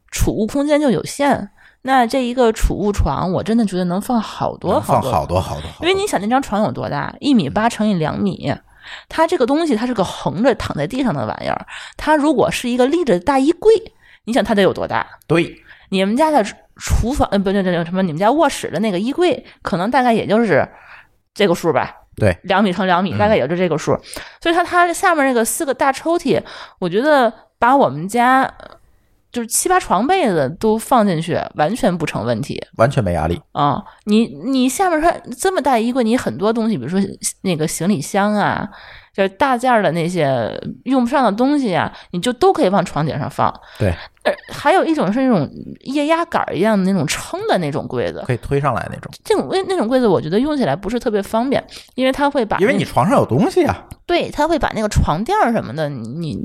Speaker 2: 储物空间就有限，那这一个储物床，我真的觉得能放好多
Speaker 1: 能放
Speaker 2: 多，
Speaker 1: 好多好多好多，
Speaker 2: 因为你想那张床有多大，一米八乘以两米。它这个东西，它是个横着躺在地上的玩意儿。它如果是一个立着的大衣柜，你想它得有多大？
Speaker 1: 对，
Speaker 2: 你们家的厨厨房，呃，不对，这叫什么？你们家卧室的那个衣柜，可能大概也就是这个数吧。
Speaker 1: 对，
Speaker 2: 两米乘两米，
Speaker 1: 嗯
Speaker 2: 大概也就这个数。所以它它下面那个四个大抽屉，我觉得把我们家呃就是七八床被子都放进去，完全不成问题
Speaker 1: 完全没压力。
Speaker 2: 啊、你你下面它这么大衣柜，你很多东西，比如说那个行李箱啊，就是大件儿的那些用不上的东西啊，你就都可以往床顶上放。
Speaker 1: 对，
Speaker 2: 呃，还有一种是那种液压杆儿一样的那种撑的那种柜子，
Speaker 1: 可以推上来那种，
Speaker 2: 这种那那种柜子，我觉得用起来不是特别方便，因为它会把
Speaker 1: 因为
Speaker 2: 那
Speaker 1: 你床上有东西啊，
Speaker 2: 对，它会把那个床垫儿什么的，你你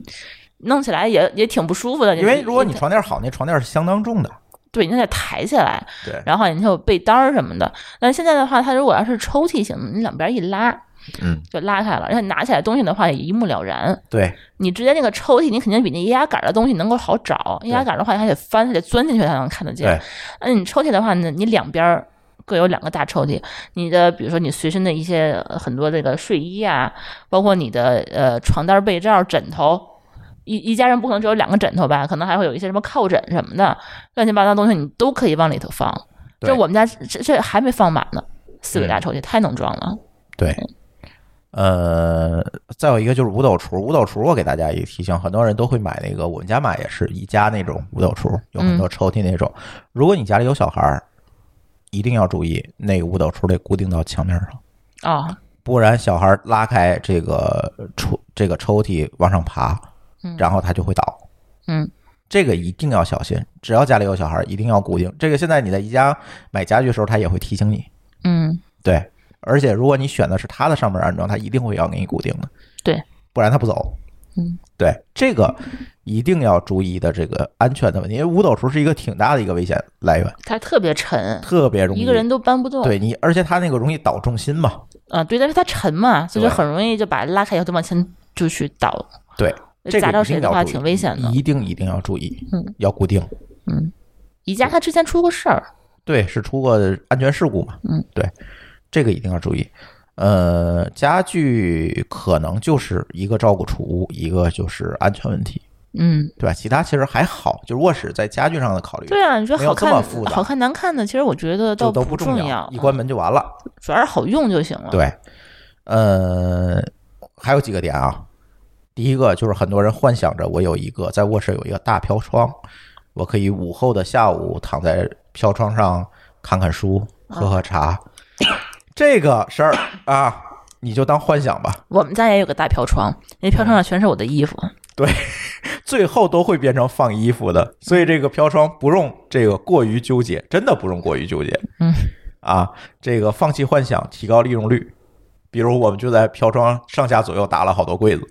Speaker 2: 弄起来也也挺不舒服的。
Speaker 1: 因为如果你
Speaker 2: 你
Speaker 1: 床垫好，那床垫是相当重的，
Speaker 2: 对，你得抬起来，
Speaker 1: 对，
Speaker 2: 然后你还有被单儿什么的。那现在的话，它如果要是抽屉型的，你两边一拉
Speaker 1: 嗯，
Speaker 2: 就拉开了，然后你拿起来东西的话也一目了然。
Speaker 1: 对，
Speaker 2: 你直接那个抽屉，你肯定比那液压杆儿的东西能够好找。液压杆儿的话，你还得翻，还得钻进去才能看得见
Speaker 1: 对。
Speaker 2: 那你抽屉的话呢，你两边儿各有两个大抽屉，你的比如说你随身的一些呃很多这个睡衣啊，包括你的呃床单、被罩、枕头。一一家人不可能只有两个枕头吧，可能还会有一些什么靠枕什么的，乱七八糟东西你都可以往里头放。
Speaker 1: 对嗯
Speaker 2: 这我们家这这还没放满呢，四个大抽屉、太能装了。
Speaker 1: 对，呃，再有一个就是五斗橱，五斗橱我给大家一个提醒，很多人都会买那个，我们家买也是宜家那种五斗橱，有很多抽屉那种。如果你家里有小孩儿，一定要注意那个五斗橱得固定到墙面上，
Speaker 2: 啊、
Speaker 1: 不然小孩儿拉开这个抽这个抽屉往上爬，然后他就会倒。
Speaker 2: 嗯，
Speaker 1: 这个一定要小心，只要家里有小孩儿，一定要固定。这个现在你在宜家买家具的时候，他也会提醒你。
Speaker 2: 嗯，
Speaker 1: 对，而且如果你选的是它的上面安装，它一定会要给你固定的。
Speaker 2: 对，
Speaker 1: 不然它不走。
Speaker 2: 嗯，
Speaker 1: 对，这个一定要注意的这个安全的问题，因为五斗橱是一个挺大的一个危险来源，
Speaker 2: 它特别沉，
Speaker 1: 特别容易
Speaker 2: 一个人都搬不动。
Speaker 1: 对你，而且它那个容易倒重心嘛。
Speaker 2: 啊，对，但是它沉嘛，所以
Speaker 1: 对
Speaker 2: 就很容易就把它拉开以后就往前就去倒，
Speaker 1: 对，这
Speaker 2: 呃砸
Speaker 1: 个
Speaker 2: 着
Speaker 1: 一
Speaker 2: 谁
Speaker 1: 定
Speaker 2: 的
Speaker 1: 要
Speaker 2: 话
Speaker 1: 注意
Speaker 2: 挺危险的。
Speaker 1: 一定一定要注意，
Speaker 2: 嗯，
Speaker 1: 要固定。
Speaker 2: 宜家它之前出过事儿，
Speaker 1: 对，是出过安全事故嘛？
Speaker 2: 嗯，
Speaker 1: 对，这个一定要注意。呃，家具可能就是一个照顾储物，一个就是安全问题。
Speaker 2: 嗯，
Speaker 1: 对吧？其他其实还好，就是卧室在家具上的考虑，
Speaker 2: 对啊，你说
Speaker 1: 没有
Speaker 2: 好
Speaker 1: 这
Speaker 2: 看
Speaker 1: 么复杂
Speaker 2: 好看难看的，其实我觉得
Speaker 1: 就
Speaker 2: 倒
Speaker 1: 都
Speaker 2: 不
Speaker 1: 重
Speaker 2: 要，嗯
Speaker 1: 一关门就完了。
Speaker 2: 主要是好用就行了。，
Speaker 1: 对，呃，还有几个点啊。第一个就是很多人幻想着我有一个在卧室有一个大飘窗，我可以午后的下午躺在飘窗上看看书、
Speaker 2: 嗯
Speaker 1: 喝喝茶。这个事儿啊，你就当幻想吧，
Speaker 2: 我们家也有个大飘窗，那飘窗上全是我的衣服。
Speaker 1: 最后都会变成放衣服的，所以这个飘窗不用这个过于纠结，真的不用过于纠结。
Speaker 2: 嗯，
Speaker 1: 啊，这个放弃幻想，提高利用率。比如我们就在飘窗上下左右搭了好多柜子，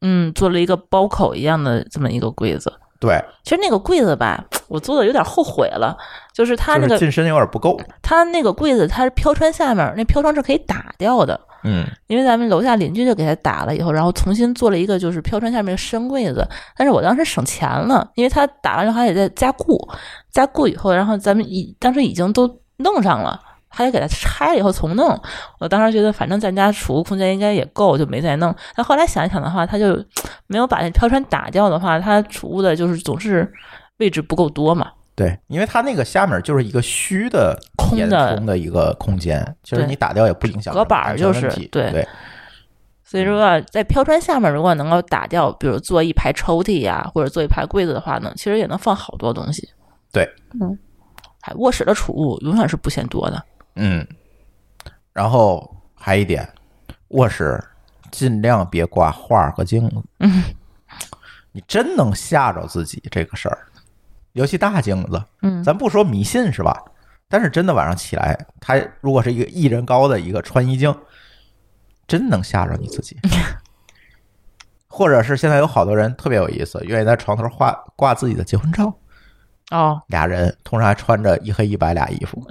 Speaker 2: 嗯，做了一个包口一样的这么一个柜子。
Speaker 1: 对，
Speaker 2: 其实那个柜子吧，我做的有点后悔了，就是它
Speaker 1: 就
Speaker 2: 那
Speaker 1: 是
Speaker 2: 个呃
Speaker 1: 进深有点不够。
Speaker 2: 它那个柜子，它是飘窗下面那飘窗是可以打掉的，
Speaker 1: 嗯，
Speaker 2: 因为咱们楼下邻居就给他打了以后，然后重新做了一个就是飘窗下面的深柜子。但是我当时省钱了，因为他打完以后还得再加固，加固以后，然后咱们已当时已经都弄上了，还得给它拆了以后重弄。我当时觉得反正咱家储物空间应该也够，就没再弄。但后来想一想的话，他就没有把那飘窗打掉的话，他储物的就是总是位置不够多嘛。
Speaker 1: 对，因为它那个下面就是一个虚的
Speaker 2: 空
Speaker 1: 填
Speaker 2: 的
Speaker 1: 充的一个空间，其实
Speaker 2: 对
Speaker 1: 你打掉也不影响
Speaker 2: 隔板儿
Speaker 1: 安全问
Speaker 2: 就是
Speaker 1: 题
Speaker 2: 对
Speaker 1: 对
Speaker 2: 所以如果
Speaker 1: 嗯
Speaker 2: 在飘窗下面，如果能够打掉，比如做一排抽屉呀、或者做一排柜子的话呢，其实也能放好多东西。
Speaker 1: 对，
Speaker 2: 嗯，哎，卧室的储物永远是不嫌多的。
Speaker 1: 嗯，然后还一点，卧室尽量别挂画儿和镜子。嗯，你真能吓着自己这个事儿，尤其大镜子。
Speaker 2: 嗯
Speaker 1: 咱不说迷信是吧？但是真的晚上起来，它如果是一个一人高的一个穿衣镜，真能吓着你自己。或者是现在有好多人特别有意思，愿意在床头画挂自己的结婚照。
Speaker 2: 哦，
Speaker 1: 俩人，通常还穿着一黑一白俩衣服。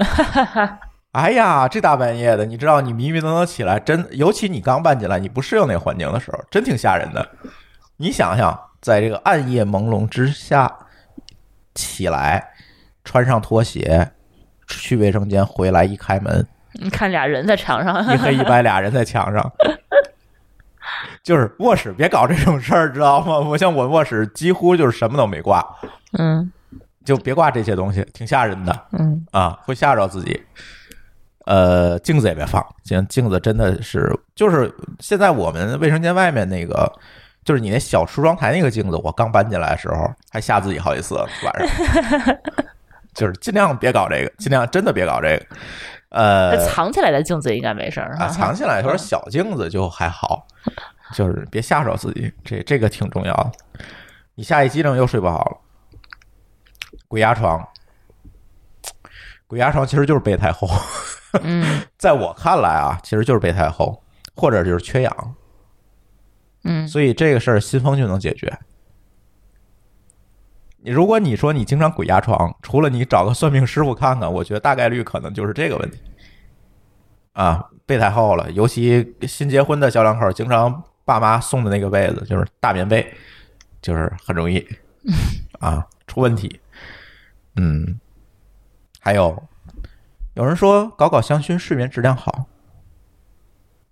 Speaker 1: 哎呀，这大半夜的，你知道你迷迷瞪瞪起来，真尤其你刚搬进来，你不适应那个环境的时候，真挺吓人的。你想想，在这个暗夜朦胧之下起来，穿上拖鞋去卫生间，回来一开门，
Speaker 2: 你看俩人在场上，
Speaker 1: 一黑一白俩人在墙上。就是卧室别搞这种事儿，知道吗？我像我卧室几乎就是什么都没挂，
Speaker 2: 嗯
Speaker 1: 就别挂这些东西，挺吓人的
Speaker 2: 嗯，
Speaker 1: 啊，会吓着自己。呃，镜子也别放，镜镜子真的是就是现在我们卫生间外面那个，就是你那小梳妆台那个镜子，我刚搬进来的时候还吓自己好几次晚上， 就是尽量别搞这个，尽量真的别搞这个。
Speaker 2: 那
Speaker 1: 呃，
Speaker 2: 藏起来的镜子应该没事儿
Speaker 1: 啊，
Speaker 2: 哈
Speaker 1: 藏起来有点小镜子就还好，就是别吓着自己，这这个挺重要的。你下一激灵又睡不好了，鬼压床，鬼压床其实就是被太厚，
Speaker 2: 嗯
Speaker 1: 在我看来啊，其实就是被太厚，或者就是缺氧，
Speaker 2: 嗯
Speaker 1: 所以这个事儿新风就能解决。你如果你说你经常鬼压床，除了你找个算命师傅看看，我觉得大概率可能就是这个问题啊，被太厚了。尤其新结婚的小两口儿，经常爸妈送的那个被子就是大棉被，就是很容易啊出问题。嗯，还有有人说搞搞香薰睡眠质量好，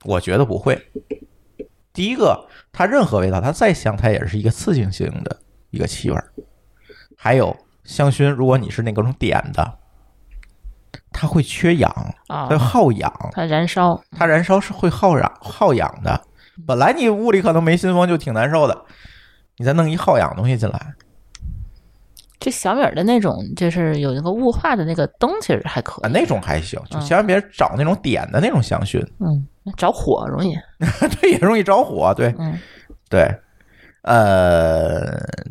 Speaker 1: 我觉得不会。第一个，它任何味道，它再香，它也是一个刺激性的一个气味儿。还有香薰，如果你是那种点的，它会缺氧，
Speaker 2: 啊
Speaker 1: 它，耗氧，
Speaker 2: 它燃烧，
Speaker 1: 它燃烧是会耗氧耗氧的。
Speaker 2: 嗯
Speaker 1: 本来你屋里可能没新风就挺难受的，你再弄一耗氧东西进来
Speaker 2: 这小米儿的那种就是有那个雾化的那个灯，其实还可
Speaker 1: 啊，
Speaker 2: 以，
Speaker 1: 那种还行，就
Speaker 2: 嗯
Speaker 1: 千万别找那种点的那种香薰，
Speaker 2: 嗯，着火容易，
Speaker 1: 对，也容易着火，对。
Speaker 2: 嗯
Speaker 1: 对，呃，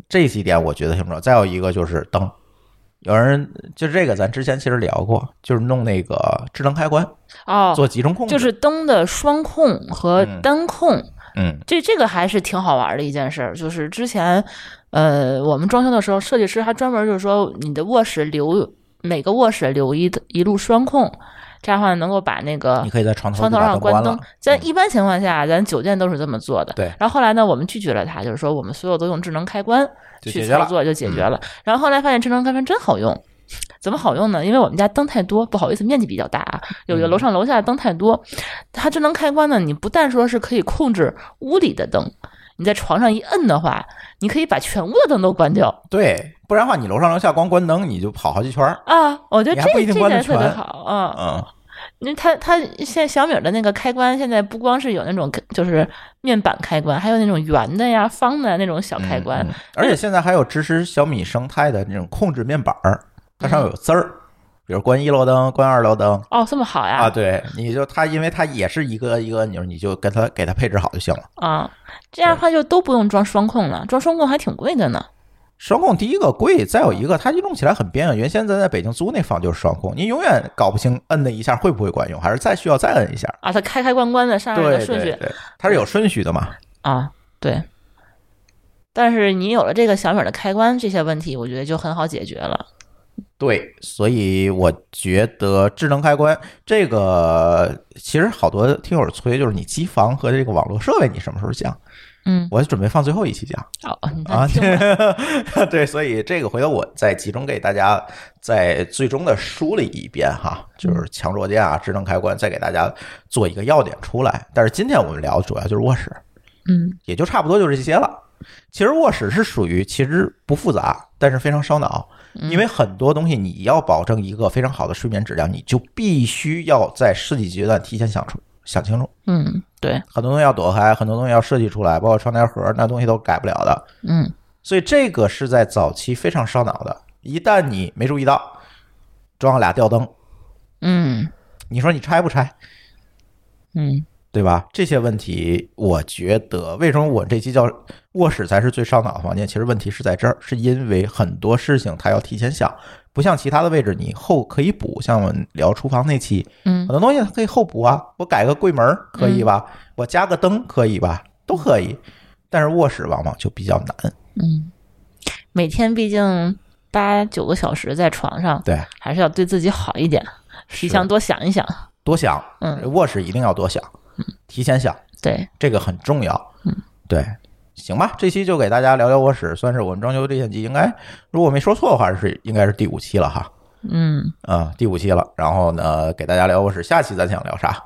Speaker 1: 这几点我觉得挺重要。再有一个就是灯，有人就这个，咱之前其实聊过，就是弄那个智能开关
Speaker 2: 哦，
Speaker 1: 做集中控制，
Speaker 2: 就是灯的双控和
Speaker 1: 嗯
Speaker 2: 单控，
Speaker 1: 嗯
Speaker 2: 这这个还是挺好玩的一件事儿。就是之前，呃，我们装修的时候，设计师还专门就是说，你的卧室留每个卧室留一一路双控，这样的话能够把那个
Speaker 1: 你可以在床头
Speaker 2: 啊床
Speaker 1: 就
Speaker 2: 头
Speaker 1: 把
Speaker 2: 上
Speaker 1: 灯关
Speaker 2: 灯
Speaker 1: 了。。嗯
Speaker 2: 咱一般情况下，咱酒店都是这么做的。
Speaker 1: 对
Speaker 2: 然后后来呢，我们拒绝了他，就是说我们所有都用智能开关
Speaker 1: 就
Speaker 2: 去
Speaker 1: 解决了嗯
Speaker 2: 操作就解决了。然后后来发现智能开关真好用。怎么好用呢？因为我们家灯太多，不好意思，面积比较大啊，有有
Speaker 1: 嗯
Speaker 2: 楼上楼下的灯太多。它智能开关呢，你不但说是可以控制屋里的灯，你在床上一摁的话，你可以把全屋的灯都关掉
Speaker 1: 对，不然的话你楼上楼下光关灯，你就跑好几圈儿。
Speaker 2: 啊！我觉
Speaker 1: 你
Speaker 2: 得这
Speaker 1: 还不一定
Speaker 2: 这
Speaker 1: 关得
Speaker 2: 点特别
Speaker 1: 全
Speaker 2: 好啊。
Speaker 1: 嗯，
Speaker 2: 那它它现在小米儿的那个开关，现在不光是有那种就是面板开关，还有那种圆的呀、方的那种小开关。
Speaker 1: 嗯嗯而且现在还有支持小米生态的那种控制面板儿，它上面有字
Speaker 2: 嗯
Speaker 1: 儿，比如关一楼灯、关二楼灯
Speaker 2: 哦，这么好呀！
Speaker 1: 啊。对，你就它，因为它也是一个一个钮儿，你就跟它给它配置好就行了。
Speaker 2: 啊这样的话就都不用装双控了，装双控还挺贵的呢。
Speaker 1: 双控第一个贵，再有一个它就用起来很别扭。原先咱在北京租那房就是双控，你永远搞不清摁那一下会不会管用，还是再需要再摁一下。
Speaker 2: 啊，它开开关关的上面
Speaker 1: 对
Speaker 2: 的顺
Speaker 1: 对
Speaker 2: 序
Speaker 1: 对，它是有顺序的嘛？
Speaker 2: 啊，对。但是你有了这个小米儿的开关，这些问题我觉得就很好解决了。
Speaker 1: 对，所以我觉得智能开关这个，其实好多听友催，就是你机房和这个网络设备，你什么时候讲？
Speaker 2: 嗯，
Speaker 1: 我准备放最后一期讲
Speaker 2: 哦，那
Speaker 1: 啊
Speaker 2: 听完。
Speaker 1: 对对，所以这个回头我再集中给大家再最终的梳理一遍哈，就是强弱电啊、智能开关，再给大家做一个要点出来。但是今天我们聊的主要就是卧室，
Speaker 2: 嗯
Speaker 1: 也就差不多就这些了。其实卧室是属于其实不复杂，但是非常烧脑，因为很多东西你要保证一个非常好的睡眠质量，你就必须要在设计阶段提前想出想清楚，
Speaker 2: 嗯，对，
Speaker 1: 很多东西要躲开，很多东西要设计出来，包括窗帘盒那东西都改不了的。
Speaker 2: 嗯
Speaker 1: 所以这个是在早期非常烧脑的。一旦你没注意到，装了俩吊灯，
Speaker 2: 嗯
Speaker 1: 你说你拆不拆，
Speaker 2: 嗯
Speaker 1: 对吧？这些问题，我觉得为什么我这期叫卧室才是最烧脑的房间？其实问题是在这儿，是因为很多事情它要提前想，不像其他的位置你后可以补。像我们聊厨房那期，很
Speaker 2: 嗯
Speaker 1: 多东西它可以后补啊，我改个柜门儿可以吧？我加个灯可以吧？都可以。但是卧室往往就比较难，
Speaker 2: 嗯，每天毕竟八九个小时在床上，
Speaker 1: 对，
Speaker 2: 还是要对自己好一点，提前多想一想。
Speaker 1: 多想，
Speaker 2: 嗯，
Speaker 1: 卧室一定要多想，提前想，
Speaker 2: 对，
Speaker 1: 这个很重要。嗯，对，行吧，这期就给大家聊聊我使，算是我们装修这线集应该，如果没说错的话是应该是第五期了哈，
Speaker 2: 嗯，
Speaker 1: 啊、第五期了。然后呢，给大家聊我使，下期咱想聊啥？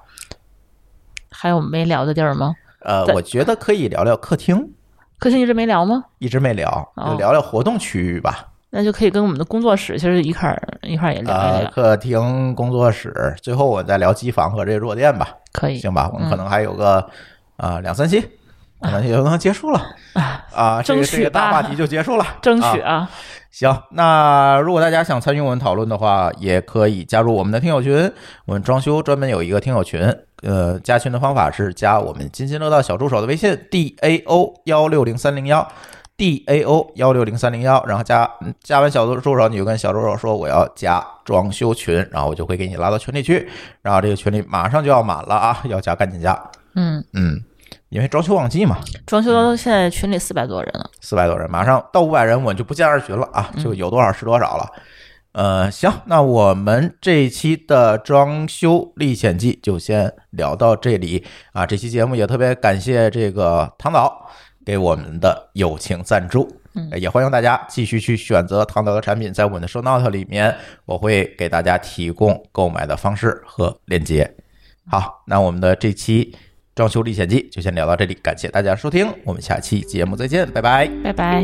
Speaker 2: 还有没聊的地儿吗？
Speaker 1: 呃，
Speaker 2: 对
Speaker 1: 我觉得可以聊聊客厅，
Speaker 2: 客厅一直没聊吗？
Speaker 1: 一直没聊，
Speaker 2: 哦
Speaker 1: 就聊聊活动区域吧。
Speaker 2: 那就可以跟我们的工作室其实一块儿一块儿也聊一
Speaker 1: 呃，
Speaker 2: 聊，
Speaker 1: 客厅、工作室，最后我再聊机房和这弱电吧，
Speaker 2: 可以。
Speaker 1: 行吧？我们可能还有个啊、呃两三期，可能就能结束了啊、这个
Speaker 2: 争取
Speaker 1: 这个大
Speaker 2: 吧
Speaker 1: 话题就结束了，
Speaker 2: 争取
Speaker 1: 啊
Speaker 2: 啊，
Speaker 1: 行，那如果大家想参与我们讨论的话，也可以加入我们的听友群。我们装修专门有一个听友群，呃，加群的方法是加我们津津乐道小助手的微信 d a o 幺六零三零幺 d a o 幺六零三零幺，然后加嗯加完小助手，你就跟小助手说我要加装修群，然后我就会给你拉到群里去。然后这个群里马上就要满了啊，要加赶紧加，
Speaker 2: 嗯，
Speaker 1: 嗯，因为装修旺季嘛，
Speaker 2: 装修现在群里四百多人了，
Speaker 1: 四百多人，马上到五百人，我就不建二群了啊，就有多少是多少了。呃，行，那我们这一期的装修历险记就先聊到这里啊。这期节目也特别感谢这个唐导给我们的友情赞助，呃
Speaker 2: 嗯
Speaker 1: 也欢迎大家继续去选择唐导的产品，在我们的 show note 里面，我会给大家提供购买的方式和链接。好，那我们的这期装修历险记就先聊到这里，感谢大家收听，我们下期节目再见，拜拜。
Speaker 2: 拜拜。